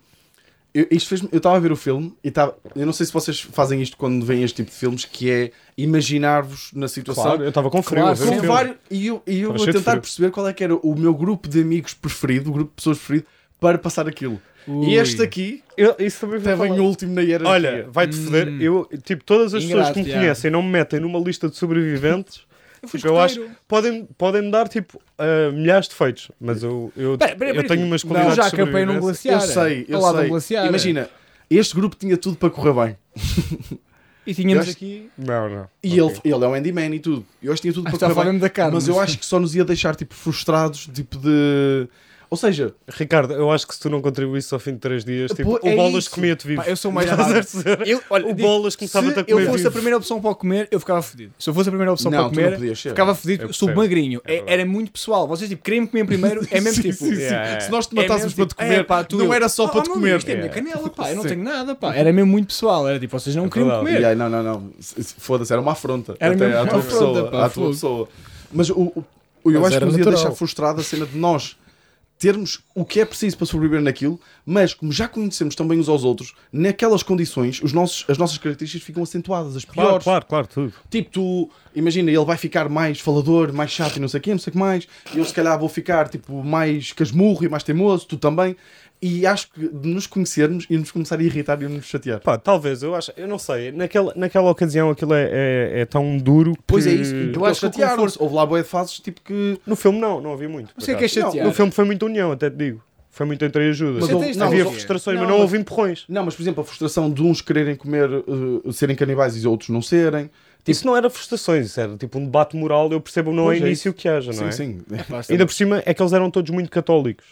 Speaker 4: eu, isto fez eu estava a ver o filme e estava. Eu não sei se vocês fazem isto quando veem este tipo de filmes, que é imaginar-vos na situação.
Speaker 3: Claro, eu estava com frio
Speaker 5: Claro,
Speaker 3: a ver o
Speaker 5: sim.
Speaker 4: Com
Speaker 3: filme.
Speaker 4: vários- e eu, e eu
Speaker 3: Tava
Speaker 4: a
Speaker 3: cheio de
Speaker 4: tentar
Speaker 3: frio.
Speaker 4: perceber qual é que era o meu grupo de amigos preferido, o grupo de pessoas preferido, para passar aquilo.
Speaker 5: Ui.
Speaker 4: E este aqui
Speaker 3: Eu- isso também foi
Speaker 1: é?
Speaker 4: estava em último na hierarquia.
Speaker 3: Olha, vai-te
Speaker 5: Hum.
Speaker 3: foder. Eu, tipo, todas as pessoas que me
Speaker 5: Ingrato,
Speaker 3: conhecem não me metem numa lista de sobreviventes.
Speaker 5: Eu fui
Speaker 3: Tipo, eu acho
Speaker 5: escoteiro.
Speaker 3: podem podem me dar tipo ah, milhares de feitos, mas eu eu,
Speaker 5: Pera, pera,
Speaker 3: eu
Speaker 5: pera,
Speaker 3: tenho umas
Speaker 5: não,
Speaker 3: qualidades
Speaker 5: já
Speaker 3: de
Speaker 5: acampei num
Speaker 3: sobrevivência.
Speaker 5: glaciar.
Speaker 4: eu sei, eu
Speaker 5: Ao lado
Speaker 4: sei.
Speaker 5: do glaciar.
Speaker 4: Imagina, este grupo tinha tudo para correr bem.
Speaker 5: E tínhamos
Speaker 4: Eu acho-
Speaker 5: aqui.
Speaker 3: Não, não.
Speaker 4: E
Speaker 3: Ok.
Speaker 4: ele, ele é um handyman e tudo. Eu acho que tinha tudo
Speaker 5: Ah,
Speaker 4: para
Speaker 5: está
Speaker 4: correr bem.
Speaker 5: falando da carne.
Speaker 4: Mas eu acho que só nos ia deixar tipo frustrados, tipo de. Ou seja,
Speaker 3: Ricardo, eu acho que se tu não contribuísse ao fim de 3 dias, tipo,
Speaker 4: Pô, é
Speaker 3: o Bolas
Speaker 4: isso.
Speaker 3: comia-te vivo.
Speaker 5: Pá, eu sou mais
Speaker 3: Estás a
Speaker 5: raro.
Speaker 3: perceber?
Speaker 5: Eu- olha,
Speaker 3: O
Speaker 5: digo,
Speaker 3: Bolas começava-te a
Speaker 5: Se eu
Speaker 3: comer
Speaker 5: fosse
Speaker 3: vivo.
Speaker 5: a primeira opção para comer, eu ficava fodido. Se eu fosse a primeira opção
Speaker 4: Não,
Speaker 5: para
Speaker 4: tu
Speaker 5: comer,
Speaker 4: não podias ser.
Speaker 5: ficava
Speaker 3: Eu
Speaker 5: fodido.
Speaker 3: percebo.
Speaker 5: Sou magrinho.
Speaker 3: É
Speaker 5: É-
Speaker 3: verdade.
Speaker 5: era muito pessoal. Vocês tipo, queriam comer primeiro, é mesmo tipo.
Speaker 4: sim, sim.
Speaker 3: Yeah, yeah.
Speaker 4: se nós te
Speaker 5: É
Speaker 4: matássemos
Speaker 5: mesmo,
Speaker 4: para te
Speaker 5: tipo,
Speaker 4: comer,
Speaker 5: é, pá, tu-
Speaker 4: não era só
Speaker 5: Oh,
Speaker 4: para te
Speaker 5: meu
Speaker 4: comer.
Speaker 5: amigo, Isto é a minha
Speaker 3: É.
Speaker 5: canela, pá, eu não tenho nada, pá. Era mesmo muito pessoal, era tipo, vocês não queriam
Speaker 3: verdade.
Speaker 5: comer.
Speaker 4: E aí, não, não, não. Se- se- Foda-se, era uma afronta.
Speaker 5: Era
Speaker 4: até
Speaker 5: mesmo
Speaker 4: à
Speaker 5: uma
Speaker 4: tua
Speaker 5: afronta,
Speaker 4: pessoa.
Speaker 5: pá,
Speaker 4: à tua
Speaker 5: fogo.
Speaker 4: pessoa. Mas o, o- o- eu
Speaker 6: Mas
Speaker 4: acho que
Speaker 6: era
Speaker 4: nos ia
Speaker 6: natural.
Speaker 4: deixar frustrada a cena de nós termos o que é preciso para sobreviver naquilo, mas como já conhecemos também uns aos outros, naquelas condições, os nossos, as nossas características ficam acentuadas, as piores.
Speaker 3: Claro, claro, claro, tudo.
Speaker 4: Tipo, tu imagina, ele vai ficar mais falador, mais chato e não sei o quê, não sei o que mais. Eu se calhar vou ficar tipo mais casmurro e mais teimoso, tu também. E acho que de nos conhecermos e nos começar a irritar e nos chatear.
Speaker 3: Pá, talvez, eu acho, eu não sei, naquela, naquela ocasião aquilo é, é, é tão duro que...
Speaker 4: Pois é isso. Eu
Speaker 5: acho
Speaker 4: acho
Speaker 5: que o
Speaker 4: que chatearam-se. Houve lá boia de fases tipo que.
Speaker 3: No filme não, não havia muito. por
Speaker 5: Mas o que é que é
Speaker 3: acaso.
Speaker 5: chatear?
Speaker 3: No filme foi muita união, até te digo. Foi muito entre ajuda.
Speaker 4: Mas houve- não,
Speaker 3: havia
Speaker 4: mas-
Speaker 3: frustrações,
Speaker 4: não,
Speaker 3: mas não
Speaker 4: mas-
Speaker 3: houve empurrões.
Speaker 4: Não, mas por exemplo, a frustração de uns quererem comer, eh, serem canibais e outros não serem.
Speaker 3: Isso não era frustrações, isso era tipo um debate moral, eu percebo não é
Speaker 4: Tipo, Pois é
Speaker 3: início que haja, não
Speaker 4: Sim,
Speaker 3: é?
Speaker 4: sim.
Speaker 3: Ainda por cima é que eles eram todos muito católicos.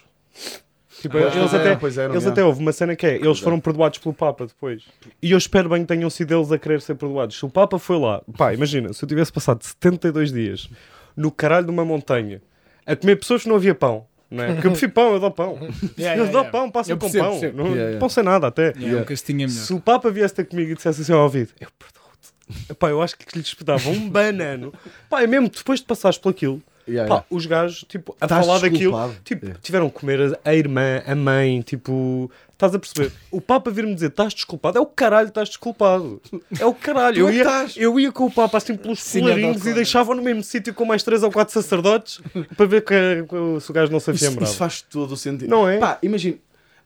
Speaker 3: Tipo, eles
Speaker 4: eram,
Speaker 3: até,
Speaker 4: Ah, é, pois eram,
Speaker 3: eles
Speaker 4: já.
Speaker 3: até houve uma cena que é, eles foram perdoados pelo Papa depois. E eu espero bem que tenham sido eles a querer ser perdoados. Se o Papa foi lá, pá, imagina, se eu tivesse passado 72 dias no caralho de uma montanha a comer pessoas que não havia pão, não é? Porque eu prefiro pão, eu dou pão.
Speaker 5: yeah,
Speaker 3: eu dou
Speaker 5: yeah.
Speaker 3: pão, passam
Speaker 5: Eu
Speaker 3: com
Speaker 5: percebo,
Speaker 3: pão.
Speaker 5: percebo.
Speaker 3: Não,
Speaker 4: Yeah, yeah.
Speaker 3: pão sem nada até.
Speaker 5: Yeah, um castinho é melhor.
Speaker 3: Se o Papa viesse ter comigo e dissesse assim ao ouvido, eu perdoo-te. Epá, eu acho que lhe espetava um banano. Pá, é mesmo depois de passares por aquilo,
Speaker 4: Yeah,
Speaker 3: pá,
Speaker 4: yeah.
Speaker 3: os gajos, tipo, a
Speaker 4: É. Estás
Speaker 3: falar daquilo,
Speaker 4: desculpado.
Speaker 3: tipo,
Speaker 4: É.
Speaker 3: tiveram que comer a, a irmã, a mãe, tipo, estás a perceber? O Papa vir-me dizer, estás desculpado, é o caralho, estás desculpado. É o caralho. Eu
Speaker 4: é que
Speaker 3: ia,
Speaker 4: estás.
Speaker 3: eu ia com o Papa assim pelos
Speaker 5: Sim, é
Speaker 3: colarinhos
Speaker 5: verdade.
Speaker 3: e deixavam no mesmo sítio com mais três ou quatro sacerdotes para ver que, que- se o gajo não se
Speaker 4: Isso,
Speaker 3: afiambrava.
Speaker 4: isso faz todo o sentido.
Speaker 3: Não é?
Speaker 4: Pá, imagina.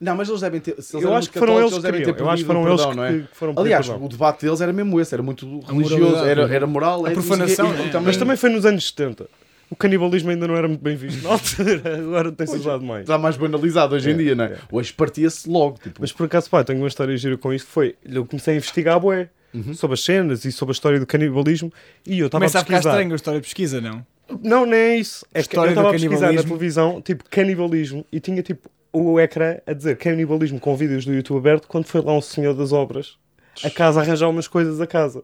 Speaker 4: Não, mas eles devem ter. se eles
Speaker 3: Eu
Speaker 4: eram
Speaker 3: acho
Speaker 4: muito
Speaker 3: que foram eles
Speaker 4: católicos,
Speaker 3: que
Speaker 4: devem ter
Speaker 3: queriam. Eu acho que foram eles
Speaker 4: proibido o perdão, não é?
Speaker 3: que- que foram pedir
Speaker 4: Aliás,
Speaker 3: perdão.
Speaker 4: o debate deles era mesmo esse, era muito religioso,
Speaker 5: moralidade,
Speaker 4: era,
Speaker 5: né?
Speaker 4: era moral, é
Speaker 5: A
Speaker 4: ético,
Speaker 5: profanação,
Speaker 4: e- e- e
Speaker 5: né?
Speaker 4: também-
Speaker 3: é. Mas também foi nos anos 70. O canibalismo ainda não era muito bem visto na altura, agora tem-se usado mais.
Speaker 4: está mais banalizado hoje em
Speaker 3: É,
Speaker 4: dia, não
Speaker 3: é.
Speaker 4: é? Hoje partia-se logo, tipo,
Speaker 3: Mas por acaso, pá, tenho uma história gira com isto. Foi, eu comecei a investigar a bué sobre as cenas e sobre a história do canibalismo e eu estava a
Speaker 5: Uhum. Começa a ficar
Speaker 3: pesquisar.
Speaker 5: estranho a história de pesquisa, não?
Speaker 3: Não, nem é isso. É que eu
Speaker 5: História do
Speaker 3: estava a pesquisar na
Speaker 5: canibalismo.
Speaker 3: televisão, tipo, canibalismo e tinha tipo o ecrã a dizer canibalismo com vídeos do YouTube aberto quando foi lá um senhor das obras a casa a arranjar umas coisas a casa.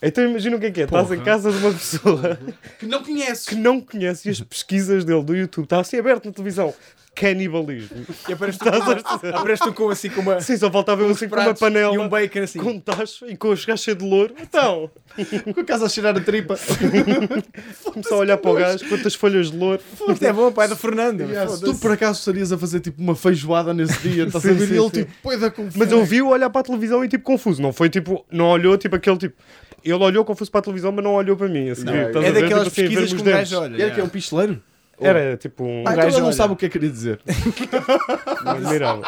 Speaker 3: Então imagina o que é que é, estás em casa de uma pessoa
Speaker 4: que não conheces.
Speaker 3: que não conhece e as pesquisas dele do YouTube, está assim aberto na televisão. Canibalismo.
Speaker 5: E aparece tu, aparece tu com assim com uma,
Speaker 3: Sim, só faltava eu assim com uma
Speaker 5: pratos
Speaker 3: panela.
Speaker 5: e um bacon assim.
Speaker 3: com tacho e com os gajos cheios de louro. Então,
Speaker 4: Com a casa a cheirar a tripa.
Speaker 3: começou a olhar para o gajo, quantas folhas de louro.
Speaker 5: Isto é bom, pai do Fernando.
Speaker 4: Se tu por acaso estarias a fazer tipo uma feijoada nesse dia, estás a
Speaker 3: Sim,
Speaker 4: ver?
Speaker 3: sim,
Speaker 4: E ele
Speaker 3: sim.
Speaker 4: tipo, poida com
Speaker 3: Mas eu vi-o olhar para a televisão e tipo confuso. Não foi tipo, não olhou tipo aquele tipo. Ele olhou confuso para a televisão, mas não olhou para mim. a seguir, estás a
Speaker 5: É
Speaker 3: ver?
Speaker 5: daquelas
Speaker 3: Tipo assim, a ver
Speaker 5: pesquisas
Speaker 3: os
Speaker 5: que um gajo
Speaker 3: dentes.
Speaker 5: olha.
Speaker 4: Era que é um pistoleiro?
Speaker 3: Era tipo um.
Speaker 4: Ah, então
Speaker 5: gajo
Speaker 4: ele não
Speaker 5: olha.
Speaker 4: sabe o que é que queria dizer.
Speaker 3: Não me admirava.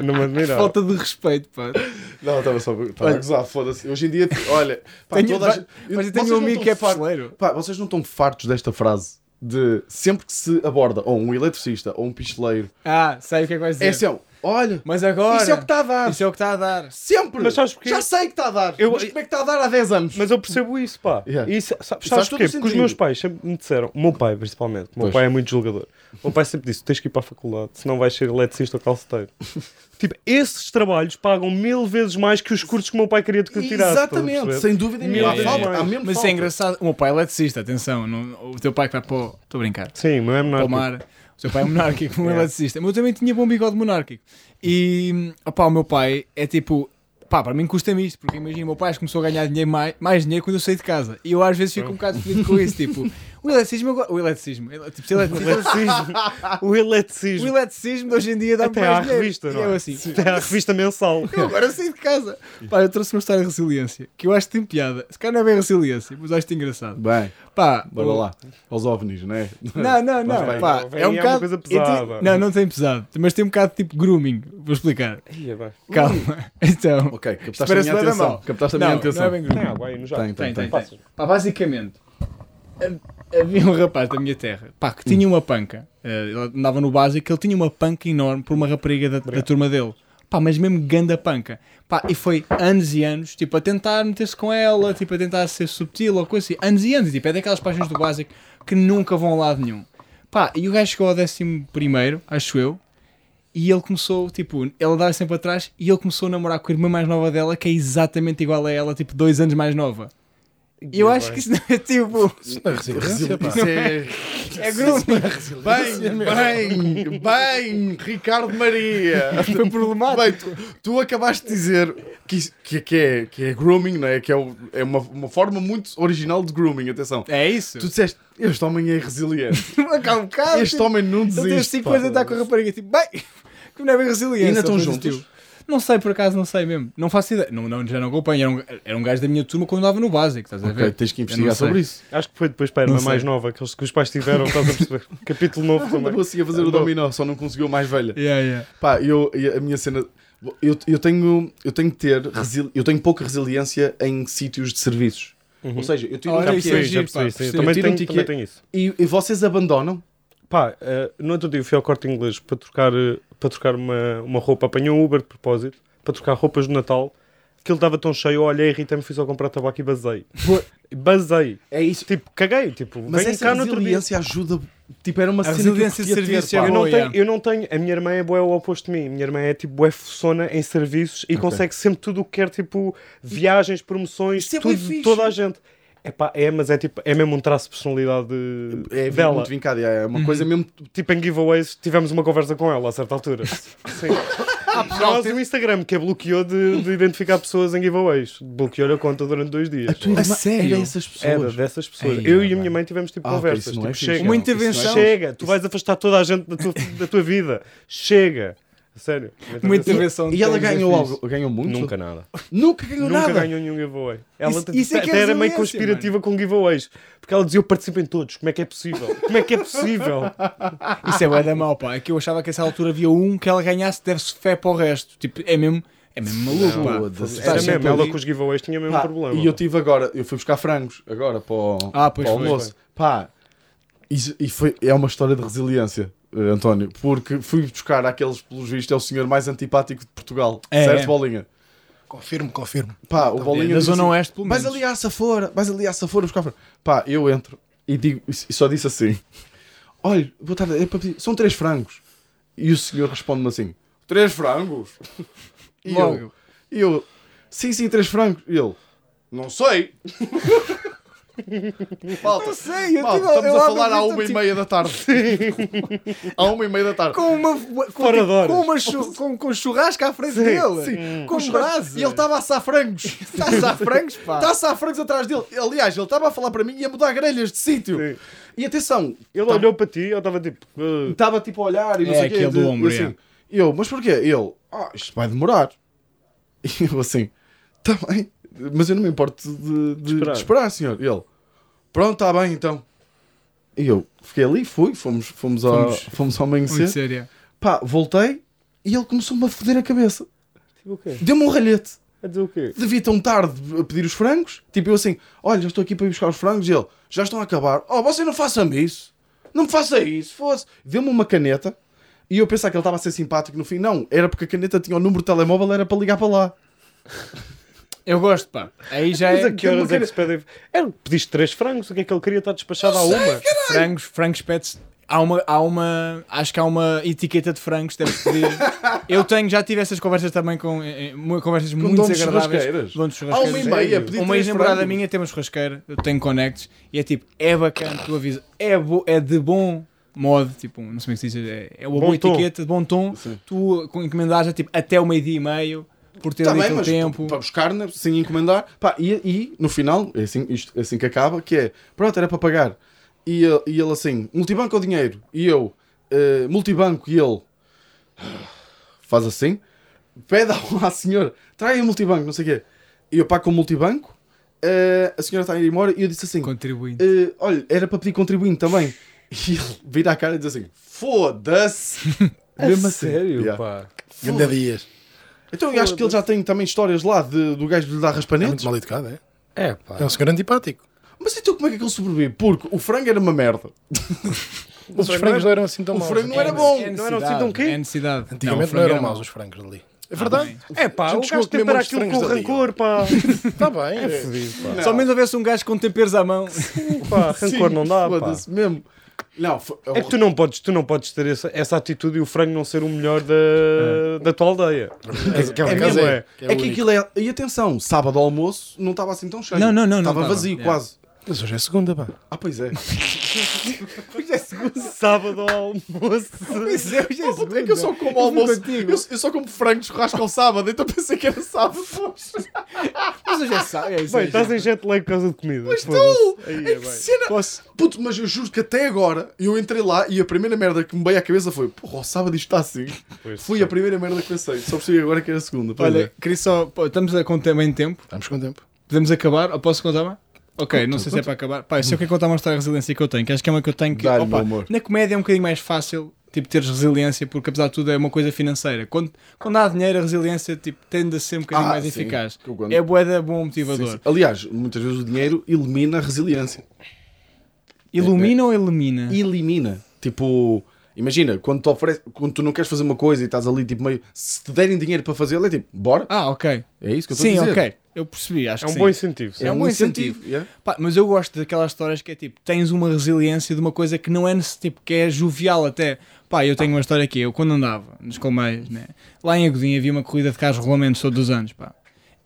Speaker 3: Não me admirava.
Speaker 5: Falta de respeito, pá.
Speaker 4: Não, estava só estava a gozar, foda-se. Hoje em dia, olha, pá,
Speaker 5: Tenho-
Speaker 4: toda a gente-
Speaker 5: Mas eu
Speaker 4: vocês
Speaker 5: tenho
Speaker 4: não
Speaker 5: um amigo
Speaker 4: estão
Speaker 5: que é
Speaker 4: fartos-
Speaker 5: pistoleiro.
Speaker 4: Pá, vocês não estão fartos desta frase de sempre que se aborda ou um eletricista ou um pistoleiro,
Speaker 5: Ah, sei o que é que vais dizer.
Speaker 4: é assim, ó, olha,
Speaker 5: Mas agora.
Speaker 4: isso é o que está a dar.
Speaker 5: Isso é o que está a dar.
Speaker 4: Sempre!
Speaker 3: Mas sabes porquê?
Speaker 4: Já sei que está a dar.
Speaker 3: Eu-
Speaker 4: Mas como é que está a dar há 10 anos?
Speaker 3: Mas eu percebo isso, pá.
Speaker 4: Yeah.
Speaker 3: E isso, sabes,
Speaker 4: Isso
Speaker 3: sabes
Speaker 4: faz
Speaker 3: porquê?
Speaker 4: todo
Speaker 3: Porque os
Speaker 4: sentido.
Speaker 3: meus pais sempre me disseram, o meu pai principalmente, o meu
Speaker 4: Pois.
Speaker 3: pai é muito julgador. O meu pai sempre disse: tens que ir para a faculdade, senão vais ser eletricista ou calceteiro. tipo, esses trabalhos pagam mil vezes mais que os cursos que o meu pai queria que eu tirasse. estás a
Speaker 4: Exatamente,
Speaker 3: perceber?
Speaker 4: sem dúvida
Speaker 3: Mil
Speaker 4: nenhuma. Há
Speaker 3: vezes
Speaker 4: falta,
Speaker 3: mais.
Speaker 4: há mesmo
Speaker 5: Mas isso
Speaker 4: falta.
Speaker 5: é engraçado. O meu pai é eletricista, atenção. não- o teu pai que vai para o. Estou a brincar.
Speaker 3: Sim, não é
Speaker 5: Para
Speaker 3: menor.
Speaker 5: o mar. O seu pai é monárquico, um eletricista. Mas eu também tinha bom bigode monárquico. E, opá, o meu pai é tipo. Pá, para mim custa-me isto, porque imagina, o meu pai começou a ganhar dinheiro mais, mais dinheiro quando eu saí de casa. E eu às vezes fico um bocado feliz com isso, tipo, o eletricismo agora. O eletricismo, ele- tipo, se
Speaker 3: O
Speaker 5: eletricismo,
Speaker 3: eletricismo. o
Speaker 5: o
Speaker 3: eletricismo.
Speaker 5: eletricismo de hoje em dia dá
Speaker 3: Até à
Speaker 5: mais dinheiro.
Speaker 3: revista,
Speaker 5: E
Speaker 3: não
Speaker 5: eu
Speaker 3: é?
Speaker 5: assim,
Speaker 3: Até à revista mensal.
Speaker 5: eu agora saí de casa. Pá, eu trouxe uma história de resiliência, que eu acho que tem piada. Se calhar não é bem resiliência, mas acho-te engraçado.
Speaker 4: Bem,
Speaker 5: Pá,
Speaker 4: bora
Speaker 5: o-
Speaker 4: lá. Aos ovnis, não é?
Speaker 5: Não, não,
Speaker 4: Mas
Speaker 5: não.
Speaker 4: bem,
Speaker 5: pá,
Speaker 3: não, vem
Speaker 5: é um
Speaker 3: aí é uma
Speaker 5: bocado.
Speaker 3: coisa
Speaker 5: eu tenho-
Speaker 3: pesada.
Speaker 5: Não, não tem pesado. Mas tem um bocado tipo grooming. Vou explicar.
Speaker 3: Ia bem.
Speaker 5: Calma. Então.
Speaker 4: Ok, captaste a
Speaker 5: Parece
Speaker 4: minha
Speaker 5: nada mal.
Speaker 4: atenção. Captaste a minha
Speaker 5: não,
Speaker 4: atenção.
Speaker 5: Não é bem
Speaker 3: Tem
Speaker 5: grooming.
Speaker 3: água aí no jato.
Speaker 4: Tem, tem, tem.
Speaker 3: Passas.
Speaker 5: Pá, basicamente, ha- havia um rapaz da minha terra pá, que tinha uma panca. Eh, Ele andava no básico, ele tinha uma panca enorme por uma rapariga da, da turma dele. Pá, mas mesmo ganda panca. Pá, e foi anos e anos, tipo, a tentar meter-se com ela, tipo, a tentar ser subtil ou coisa assim. Anos e anos, tipo, é daquelas páginas do básico que nunca vão a lado nenhum. Pá, e o gajo chegou ao décimo primeiro, acho eu, e ele começou, tipo, ela andava sempre atrás e ele começou a namorar com a irmã mais nova dela, que é exatamente igual a ela, tipo, dois anos mais nova. E eu acho que isso não é tipo.
Speaker 6: Isso não é resiliência, pá.
Speaker 5: É grooming.
Speaker 4: Bem, bem, bem, Ricardo Maria.
Speaker 5: Foi problemático.
Speaker 4: Bem, tu, tu acabaste de dizer que, isso- que, que é, que é grooming, não é? Que é, o- é uma, uma forma muito original de grooming, atenção.
Speaker 5: É isso.
Speaker 4: Tu disseste, este homem é resiliente.
Speaker 5: Acá um bocado.
Speaker 4: Este homem não
Speaker 5: Ele teve
Speaker 4: desiste.
Speaker 5: 5
Speaker 4: pá.
Speaker 5: anos a andar com a rapariga. Tipo, bem, que não é bem resiliência.
Speaker 4: E ainda
Speaker 5: ou
Speaker 4: estão
Speaker 5: coisa do
Speaker 4: juntos?
Speaker 5: estilo. Não sei, por acaso, não sei mesmo. Não faço ideia. Não, não, já não acompanho. Era um, era um gajo da minha turma quando andava no básico, estás a ver?
Speaker 4: Ok, tens que
Speaker 5: Eu
Speaker 4: investigar
Speaker 5: não sei.
Speaker 4: sobre isso.
Speaker 3: Acho que foi depois para a irmã
Speaker 5: Não sei.
Speaker 3: mais nova, aqueles que os pais tiveram, estás a perceber? Capítulo novo
Speaker 4: Ainda
Speaker 3: também.
Speaker 4: vou assim a fazer o dominó, só não conseguiu a mais velha.
Speaker 5: Yeah, yeah.
Speaker 4: Pá, eu, e a minha cena. Eu, eu, tenho, eu tenho que ter. resili- Eu tenho pouca resiliência em sítios de serviços. Ou seja, eu tiro
Speaker 5: Olha,
Speaker 4: um
Speaker 5: isso
Speaker 4: ticket
Speaker 5: é giro, pá.
Speaker 3: percebi, sim.
Speaker 5: Eu
Speaker 3: Também
Speaker 4: tiro um
Speaker 3: tenho,
Speaker 4: ticket.
Speaker 3: também tenho isso.
Speaker 4: e, e vocês abandonam.
Speaker 3: Pá, eh, no outro dia fui ao corte inglês para trocar, eh, para trocar uma, uma roupa. Apanhei um Uber de propósito para trocar roupas do Natal. Aquilo estava tão cheio, eu olhei, irritei-me, fui só comprar tabaco e basei. Basei.
Speaker 4: É isso.
Speaker 3: Tipo, caguei. Tipo,
Speaker 4: Mas
Speaker 3: vem
Speaker 4: essa
Speaker 3: cá no outro dia.
Speaker 4: resiliência ajuda. Tipo, era uma cena
Speaker 5: resiliência
Speaker 4: que eu
Speaker 5: de
Speaker 4: queria
Speaker 5: serviço
Speaker 4: ter, pá.
Speaker 5: é
Speaker 3: Eu
Speaker 5: boa.
Speaker 3: não,
Speaker 5: Oh,
Speaker 3: tenho,
Speaker 5: yeah.
Speaker 3: eu não tenho. A minha irmã é boa, é o oposto de mim. A minha irmã é tipo, é fuçona em serviços e consegue sempre tudo o que quer, tipo, viagens, promoções,
Speaker 4: Isso é bué
Speaker 3: tudo,
Speaker 4: fixe.
Speaker 3: toda a gente. É pá, é, mas é tipo, é mesmo um traço de personalidade
Speaker 4: É
Speaker 3: dela.
Speaker 4: muito vincada, é uma coisa mesmo.
Speaker 3: Tipo, em giveaways, tivemos uma conversa com ela a certa altura. Ah, Sim. Nós e o um Instagram, que a bloqueou de, de identificar pessoas em giveaways. Bloqueou a conta durante dois dias.
Speaker 5: A sério? É,
Speaker 4: Era essas
Speaker 3: Era
Speaker 4: Então, pessoas.
Speaker 3: dessas pessoas.
Speaker 4: Ei,
Speaker 3: eu e a
Speaker 4: bem.
Speaker 3: minha mãe tivemos tipo
Speaker 4: Ah, ok,
Speaker 3: conversas.
Speaker 4: isso
Speaker 3: tipo,
Speaker 4: não é fixe,
Speaker 3: chega.
Speaker 5: Uma
Speaker 4: Isso não é
Speaker 5: intervenção.
Speaker 4: fixe.
Speaker 3: Chega, tu vais afastar toda a gente da tua, da tua vida. Chega. Sério. uma
Speaker 5: Muita
Speaker 3: intervenção.
Speaker 5: intervenção.
Speaker 4: E ela
Speaker 5: de ténis é
Speaker 4: ganhou
Speaker 5: fixe.
Speaker 4: algo? Ganhou muito?
Speaker 3: Nunca nada.
Speaker 4: Nunca ganhou
Speaker 3: Nunca
Speaker 4: nada.
Speaker 3: ganhou nenhum giveaway. Ela
Speaker 5: Isso-
Speaker 3: t-
Speaker 5: isso é que é
Speaker 3: até era meio
Speaker 5: resiliência,
Speaker 3: conspirativa com giveaways. Porque ela dizia eu participo em todos. Como é que é possível? Como é que é possível?
Speaker 5: Isso é bué da mau, pá. É que eu achava que a essa altura havia um que ela ganhasse, deve-se fé para o resto. Tipo, é mesmo, é mesmo maluco, pá.
Speaker 4: Foda-se.
Speaker 5: Estás
Speaker 3: Era
Speaker 5: sempre
Speaker 3: mesmo. Ela
Speaker 5: ali.
Speaker 3: com os giveaways tinha mesmo
Speaker 4: Pá,
Speaker 3: problema.
Speaker 4: E eu tive agora, eu fui buscar frangos agora para o,
Speaker 5: Ah, pois
Speaker 4: para o
Speaker 5: foi.
Speaker 4: almoço. Pá, isso- e foi, é uma história de resiliência, eh, António, porque fui buscar aqueles, pelos vistos, é o senhor mais antipático de Portugal.
Speaker 5: É,
Speaker 4: certo,
Speaker 5: é.
Speaker 4: Bolinha?
Speaker 6: Confirmo, confirmo.
Speaker 4: Pá, o Bolinha.
Speaker 5: Na
Speaker 4: diz
Speaker 5: É, zona
Speaker 4: assim,
Speaker 5: oeste, pelo menos.
Speaker 4: Vais ali à Safora, vais ali à Safora buscar frangos. Pá, eu entro e, digo, e só disse assim: Olha, boa tarde, é para pedir, são três frangos. E o senhor responde-me assim: Três frangos? E eu-
Speaker 5: Logo.
Speaker 4: e eu, sim, sim, três frangos. E ele, não sei. Malta,
Speaker 5: sei, eu
Speaker 4: malta, estamos
Speaker 5: tive- eu
Speaker 4: a
Speaker 5: abro
Speaker 4: falar à
Speaker 5: isto,
Speaker 4: uma e
Speaker 5: tipo,
Speaker 4: meia da tarde. à uma e meia da tarde.
Speaker 5: Com uma. Com,
Speaker 3: Fora de
Speaker 5: tipo,
Speaker 3: horas.
Speaker 5: com, uma chu- com, com churrasco à frente dele.
Speaker 4: sim.
Speaker 5: Com um brasa.
Speaker 4: E ele estava a assar frangos.
Speaker 5: está a assar frangos, pá.
Speaker 4: Está a assar frangos atrás dele. Aliás, ele estava a falar para mim e a mudar grelhas de sítio.
Speaker 3: Sim.
Speaker 4: E atenção,
Speaker 3: Ele olhou para ti e eu estava tipo. "Ah,
Speaker 4: estava tipo a olhar e não
Speaker 5: É,
Speaker 4: sei o quê.
Speaker 5: aquele do
Speaker 4: de- e
Speaker 5: ombro,
Speaker 4: assim,
Speaker 5: é.
Speaker 4: E eu, mas porquê? E ele, ah, isto vai demorar. E eu assim, tá bem, mas eu não me importo de, de- de
Speaker 3: Esperar.
Speaker 4: esperar. senhor. E ele, pronto, está bem então. E eu fiquei ali, fui, fomos, fomos, ao,
Speaker 5: Fomos.
Speaker 4: fomos ao amanhecer.
Speaker 5: Muito sério.
Speaker 4: Pá, voltei e ele começou-me a foder a cabeça.
Speaker 3: Tipo o quê?
Speaker 4: Deu-me um ralhete.
Speaker 3: A dizer o quê?
Speaker 4: Devia tão tarde a pedir os frangos. Tipo, eu assim, olha, já estou aqui para ir buscar os frangos. E ele, já estão a acabar. Oh, você não faça-me isso. Não me faça isso, fosse. Deu-me uma caneta e eu pensava que ele estava a ser simpático no fim. Não, era porque a caneta tinha o número de telemóvel, era para ligar para lá.
Speaker 5: Eu gosto, pá. Aí já
Speaker 3: Mas
Speaker 5: é.
Speaker 3: a que horas é que se pedem? Era, pediste três frangos, o que é que ele queria estar despachado à uma?
Speaker 5: Frangos, frangos pets. Há uma, há uma. Acho que há uma etiqueta de frangos, que deve-se pedir. eu tenho, já tive essas conversas também com. eh, eh, mu- conversas muito
Speaker 4: donos de
Speaker 5: desagradáveis.
Speaker 4: churrasqueiras?
Speaker 5: Donos de
Speaker 4: Há uma e
Speaker 5: churrasqueiras.
Speaker 4: meia, pedi
Speaker 5: Uma
Speaker 4: três
Speaker 5: ex-namorada
Speaker 4: frangos.
Speaker 5: minha tem uma churrasqueira, eu tenho connects, e é tipo, é bacana, tu avisa, é, bo- é de bom modo, tipo, não sei como é que se diz, é, é uma
Speaker 3: Bom
Speaker 5: boa
Speaker 3: tom.
Speaker 5: etiqueta, de bom tom, tu com- encomendares é tipo até o meio-dia e meio, por ter
Speaker 4: Tá
Speaker 5: ali
Speaker 4: bem,
Speaker 5: aquele
Speaker 4: mas
Speaker 5: tempo.
Speaker 4: para buscar, né, sem encomendar. Pá, e, e no final, é assim, isto, é assim que acaba, que é, pronto, era para pagar. E, ele- e ele assim, multibanco ou dinheiro? E eu, eh, multibanco, e ele faz assim, pede ao- à senhora, traia multibanco, não sei o quê. E eu pago com o multibanco, eh, a senhora está a ir embora, e eu disse assim,
Speaker 5: Contribuinte.
Speaker 3: É
Speaker 4: eh, olha, era para pedir contribuinte também. E ele vira a cara e diz assim, foda-se. Mesmo assim. Yeah.
Speaker 3: pá.
Speaker 6: Ganda Dias.
Speaker 4: Então eu acho que ele já tem também histórias lá de- do gajo de lhe dar
Speaker 6: É
Speaker 4: raspanetes.
Speaker 6: muito mal educado, é?
Speaker 3: É, pá.
Speaker 6: É um senhor antipático.
Speaker 4: Mas então como é que ele sobrevive? Porque o frango era uma merda.
Speaker 6: Mas os frangos não eram assim tão
Speaker 4: O
Speaker 6: maus.
Speaker 4: frango não era um
Speaker 5: É-
Speaker 4: bom.
Speaker 5: é
Speaker 3: é- não era
Speaker 5: necessidade,
Speaker 3: assim tão quê?
Speaker 5: É necessidade.
Speaker 6: Antigamente
Speaker 5: o
Speaker 6: não, eram
Speaker 5: frango
Speaker 6: maus os frangos ali. É verdade.
Speaker 3: É pá, o gajo tempera aquilo com rancor, pá.
Speaker 6: Está bem. é.
Speaker 5: mau. Só menos houvesse um gajo com temperos à mão.
Speaker 3: Pá, rancor não dá, pá.
Speaker 4: assim, Foda-se mesmo. Não, fo-
Speaker 3: É que tu não podes, tu não podes ter essa, essa atitude e o frango não ser o melhor da, da tua aldeia. É, que é,
Speaker 6: É
Speaker 3: um
Speaker 6: mesmo,
Speaker 3: não
Speaker 6: é.
Speaker 3: é.
Speaker 4: é que aquilo é. E atenção, sábado ao almoço não estava assim tão cheio.
Speaker 5: Não, não, não, não
Speaker 4: Estava
Speaker 5: estava.
Speaker 4: vazio
Speaker 5: Yeah.
Speaker 4: quase.
Speaker 6: Mas hoje é segunda, pá.
Speaker 4: Ah, pois é.
Speaker 3: é, Sábado ao almoço.
Speaker 4: é que eu só como ao almoço. Eu, eu só como frango de churrasco ao sábado, então pensei que era sábado.
Speaker 5: Mas hoje é sábado, é isso.
Speaker 3: Bem,
Speaker 4: assim?
Speaker 5: aí, já.
Speaker 3: estás em jet lag por causa de comida.
Speaker 4: Mas
Speaker 3: Foda-se.
Speaker 4: tu!
Speaker 3: Aí é
Speaker 4: É que
Speaker 3: bem.
Speaker 4: cena! Puto, mas eu juro que até agora eu entrei lá e a primeira merda que me veio à cabeça foi: porra, ao sábado isto está assim.
Speaker 3: Pois,
Speaker 4: Foi a primeira merda que pensei. Só percebi agora que era a segunda. pois é.
Speaker 5: Olha, queria só. pô, Estamos a contar bem tempo.
Speaker 6: Estamos com tempo.
Speaker 5: Podemos acabar? Ou posso contar mais? Ok, não sei se é para acabar. Pá, se eu quero contar uma história de resiliência que eu tenho, que acho que é uma que eu tenho que.
Speaker 4: Dá-lhe,
Speaker 5: opa,
Speaker 4: meu amor.
Speaker 5: na comédia é um bocadinho mais fácil, tipo, teres resiliência, porque apesar de tudo é uma coisa financeira. Quando, quando há dinheiro, a resiliência tipo, tende a ser um bocadinho
Speaker 4: Ah,
Speaker 5: mais
Speaker 4: sim.
Speaker 5: eficaz.
Speaker 4: Eu quando-
Speaker 5: É boeda bom
Speaker 4: Sim,
Speaker 5: motivador.
Speaker 4: sim. Aliás, muitas vezes o dinheiro elimina a resiliência. É,
Speaker 5: Ilumina ou elimina?
Speaker 4: Elimina. Tipo, imagina, quando, te oferece, quando tu não queres fazer uma coisa e estás ali, tipo, meio. Se te derem dinheiro para fazer, é tipo, bora.
Speaker 5: Ah, ok.
Speaker 4: É isso que eu estou a
Speaker 5: Sim,
Speaker 4: dizer.
Speaker 5: ok. Eu percebi, acho
Speaker 3: É
Speaker 5: que
Speaker 3: um
Speaker 5: sim.
Speaker 3: bom incentivo. sim.
Speaker 5: É um bom incentivo.
Speaker 4: yeah.
Speaker 5: Pá, mas eu gosto daquelas histórias que é tipo, tens uma resiliência de uma coisa que não é nesse tipo, que é jovial até. Pá, eu tenho uma história aqui, eu quando andava nos colmeios, né, lá em Agodinho havia uma corrida de carros rolamentos todos os anos, pá.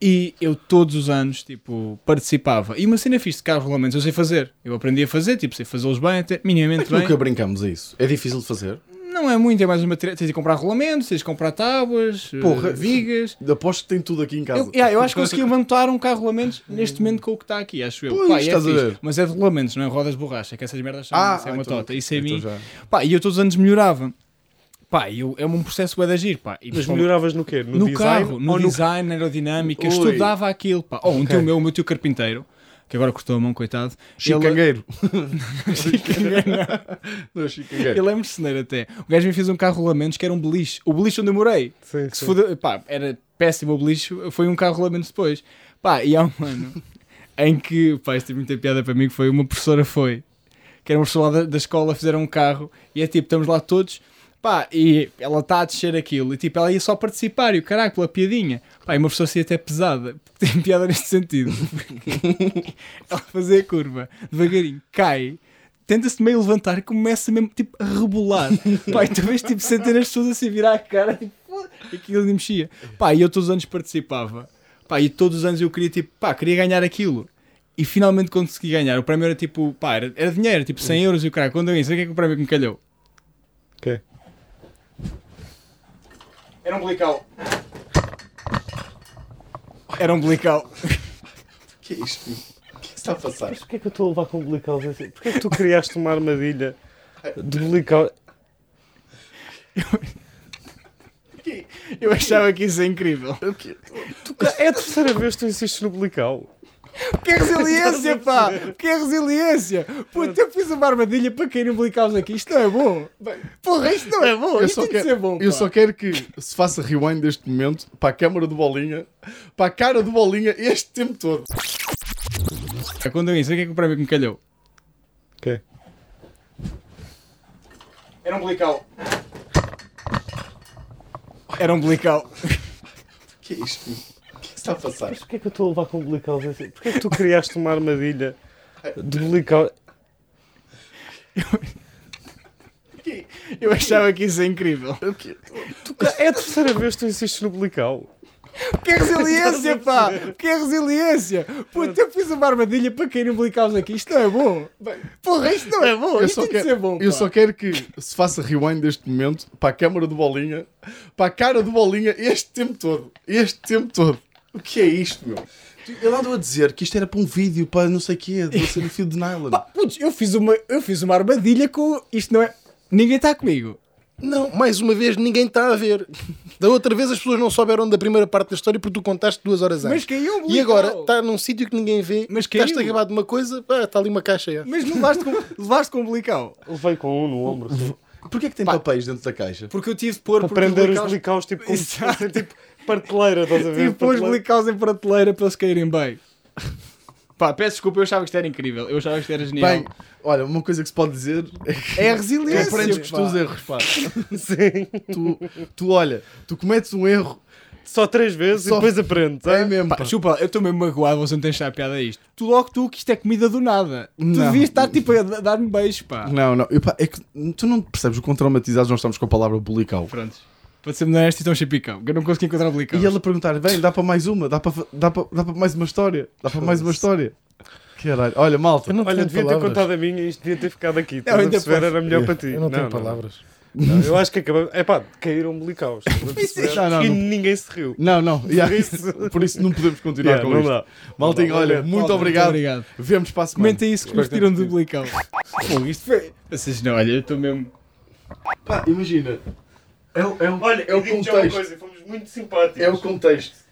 Speaker 5: E eu todos os anos, tipo, participava. E uma cena fixe de carros rolamentos eu sei fazer. Eu aprendi a fazer, tipo, sei fazê-los bem, até minimamente bem.
Speaker 4: Nunca brincamos a isso. É difícil de fazer.
Speaker 5: Não é muito, é mais uma material. Tens de comprar rolamentos, tens de comprar tábuas, eh,
Speaker 4: Porra.
Speaker 5: vigas.
Speaker 4: Aposto que tem tudo aqui em casa.
Speaker 5: Eu, yeah, eu acho que consegui levantar um carro de rolamentos neste momento com o que está aqui, acho eu.
Speaker 4: Pois,
Speaker 5: Pá, e é
Speaker 4: estás a
Speaker 5: fixe.
Speaker 4: ver.
Speaker 5: Mas é de rolamentos, não é rodas de borracha, que essas merdas são,
Speaker 4: Ah,
Speaker 5: isso é uma
Speaker 4: então,
Speaker 5: tota. Isso é
Speaker 4: então
Speaker 5: mim.
Speaker 4: já.
Speaker 5: Pá, e eu todos os anos melhorava. Pá, eu, é um processo bué de agir, pá. E,
Speaker 3: Mas
Speaker 5: pá,
Speaker 3: melhoravas no quê? No,
Speaker 5: no
Speaker 3: design
Speaker 5: carro,
Speaker 3: ou
Speaker 5: no
Speaker 3: no
Speaker 5: design, na aerodinâmica,
Speaker 3: Ui.
Speaker 5: estudava aquilo, pá. Oh, um tio meu, o meu tio carpinteiro, que agora cortou a mão, coitado. ele,
Speaker 4: Chicangueiro. Não, chicangueiro.
Speaker 5: ele é mercenário até. O gajo me fez um carro rolamentos que era um beliche. O beliche onde eu morei.
Speaker 3: Sim,
Speaker 5: que se
Speaker 3: sim.
Speaker 5: fodeu, pá, era péssimo o beliche, foi um carro rolamentos depois. Pá, e há um ano em que, pá, isto tem muita piada para mim, que foi uma professora foi, que era uma professora lá da, da escola, fizeram um carro, e é tipo, estamos lá todos, pá, e ela está a descer aquilo, e tipo, ela ia só participar, e o caralho, pela piadinha. Pá, e uma professora assim até pesada, porque tem piada neste sentido. ela fazia a curva, devagarinho, cai... Tenta-se meio levantar e começa mesmo tipo a rebolar. Pá, e tu vês tipo centenas de pessoas assim a virar a cara, tipo, e aquilo nem mexia. Pá, e eu todos os anos participava. Pá, e todos os anos eu queria, tipo, pá, queria ganhar aquilo. E finalmente consegui ganhar. O prémio era tipo, pá, era, era dinheiro, tipo 100 euros e o cara, quando eu ganhei, sabe o que é que o prémio que me calhou?
Speaker 3: Quê?
Speaker 5: Era um blical. Era um blical.
Speaker 4: que é isto? O que é que está a passar?
Speaker 3: Porquê que eu estou a levar com o Blicaus assim? Porquê que tu criaste uma armadilha de Blicaus?
Speaker 5: Eu achava que isso é incrível.
Speaker 3: É a terceira vez que tu insistes no Blical.
Speaker 5: Que é resiliência, pá! Que é resiliência! Puta, eu fiz uma armadilha para cair um blical aqui. Isto não é bom. Porra, isto não é bom.
Speaker 4: Eu
Speaker 5: Isto
Speaker 4: só,
Speaker 5: tem que ser
Speaker 4: quero,
Speaker 5: bom.
Speaker 4: eu
Speaker 5: pá.
Speaker 4: só quero que se faça rewind deste momento para a câmara do Bolinha, para a cara do Bolinha este tempo todo.
Speaker 5: É quando eu ganhei, sabe o que é que o prémio que me calhou?
Speaker 3: Quê?
Speaker 5: Era um blical. Era um blical.
Speaker 4: O que é isto? O que é que está a passar?
Speaker 3: Porquê que eu estou a levar com o Blicaus assim? Porquê que tu criaste uma armadilha de Blicaus?
Speaker 5: Eu achava que isso é incrível.
Speaker 3: É a terceira vez que tu insistes no Blical.
Speaker 5: Que é resiliência, pá! Que é resiliência! Puta, eu fiz uma armadilha para cair um blical aqui. Isto não é bom. Porra, isto não é bom.
Speaker 4: Eu
Speaker 5: Isto
Speaker 4: só,
Speaker 5: tem que ser
Speaker 4: quero,
Speaker 5: bom.
Speaker 4: eu
Speaker 5: pá.
Speaker 4: só quero que se faça rewind deste momento para a câmara do Bolinha, para a cara do Bolinha este tempo todo. Este tempo todo. O que é isto, meu? Ele andou a dizer que isto era para um vídeo, para não sei o quê, de ser um fio de nylon.
Speaker 5: Pá, Ah, putz, eu fiz uma, eu fiz uma armadilha com. Isto não é. Ninguém está comigo.
Speaker 6: Não, mais uma vez ninguém está a ver. Da outra vez as pessoas não souberam da primeira parte da história porque tu contaste duas horas antes.
Speaker 5: Mas caiu um
Speaker 6: E agora
Speaker 3: Então.
Speaker 5: blical.
Speaker 6: está num sítio que ninguém vê.
Speaker 5: Mas caiu.
Speaker 6: Estás-te a gabar de uma coisa, pá, está ali uma caixa. é.
Speaker 5: Mas não levaste com, levaste com um blical.
Speaker 3: Levei com um no ombro. Assim,
Speaker 4: Porquê é que tem papéis dentro da caixa?
Speaker 5: Porque eu tive de pôr.
Speaker 3: para
Speaker 5: porque
Speaker 3: prender
Speaker 5: o
Speaker 3: os
Speaker 5: blical-
Speaker 3: Blicaus tipo como se
Speaker 5: Exato.
Speaker 3: fossem, tipo parteleira, estás a ver?
Speaker 5: Tive de pôr os
Speaker 3: Parteleira.
Speaker 5: blicaus em prateleira para eles caírem bem. Pá, peço desculpa, eu achava que isto era incrível. Eu achava que isto era genial.
Speaker 4: Bem, olha, uma coisa que se pode dizer é que
Speaker 5: é a resiliência.
Speaker 4: tu aprendes com os
Speaker 5: pá.
Speaker 4: teus erros, pá. Tu, tu, olha, tu cometes um erro,
Speaker 3: Só três vezes
Speaker 4: Só-
Speaker 3: e depois aprendes.
Speaker 4: é
Speaker 3: ah?
Speaker 4: mesmo, pá.
Speaker 5: Pá, chupa, eu estou mesmo magoado, você não tem achar piada a isto. Tu logo tu, que isto é comida do nada. Tu
Speaker 4: Não.
Speaker 5: devias estar tipo a da- dar-me beijo, pá.
Speaker 4: Não, não, eu, pá, é que tu não percebes o quão traumatizados nós estamos com a palavra bulical.
Speaker 5: Prontos. Para ser honesto, então chipicão, que eu não consegui encontrar o blical.
Speaker 4: E ele a perguntar: bem, dá para mais uma, dá para, fa- dá para, dá para mais uma história, dá para mais uma história. Caralho, olha, malta,
Speaker 6: Eu não
Speaker 3: Olha,
Speaker 6: tenho
Speaker 3: devia ter
Speaker 6: palavras.
Speaker 3: contado a minha e isto devia ter ficado aqui. Estás
Speaker 5: Não,
Speaker 3: a
Speaker 5: ainda
Speaker 3: perceber?
Speaker 5: posso.
Speaker 3: Era melhor para ti.
Speaker 6: Eu não, tenho palavras.
Speaker 3: não. Eu acho que acabamos. É pá, caíram belicaus.
Speaker 4: Não, não,
Speaker 3: E
Speaker 4: não.
Speaker 3: ninguém se riu.
Speaker 4: não, não, yeah,
Speaker 3: isso-
Speaker 4: por isso não podemos continuar
Speaker 3: Yeah,
Speaker 4: com
Speaker 3: não
Speaker 4: isto.
Speaker 3: dá.
Speaker 4: Maltinho,
Speaker 3: Não dá.
Speaker 4: olha,
Speaker 3: Malta,
Speaker 4: muito
Speaker 5: Malta,
Speaker 4: obrigado.
Speaker 5: obrigado.
Speaker 4: Vemos para a semana.
Speaker 5: Comenta isso que nos tiram do blical. Pô, isto foi. Vocês não, olha, eu estou mesmo.
Speaker 4: Pá, imagina, é, o- é, o-
Speaker 3: Olha,
Speaker 4: é um o
Speaker 3: eu digo-te já uma
Speaker 4: contexto.
Speaker 3: coisa, fomos muito simpáticos.
Speaker 4: É o contexto.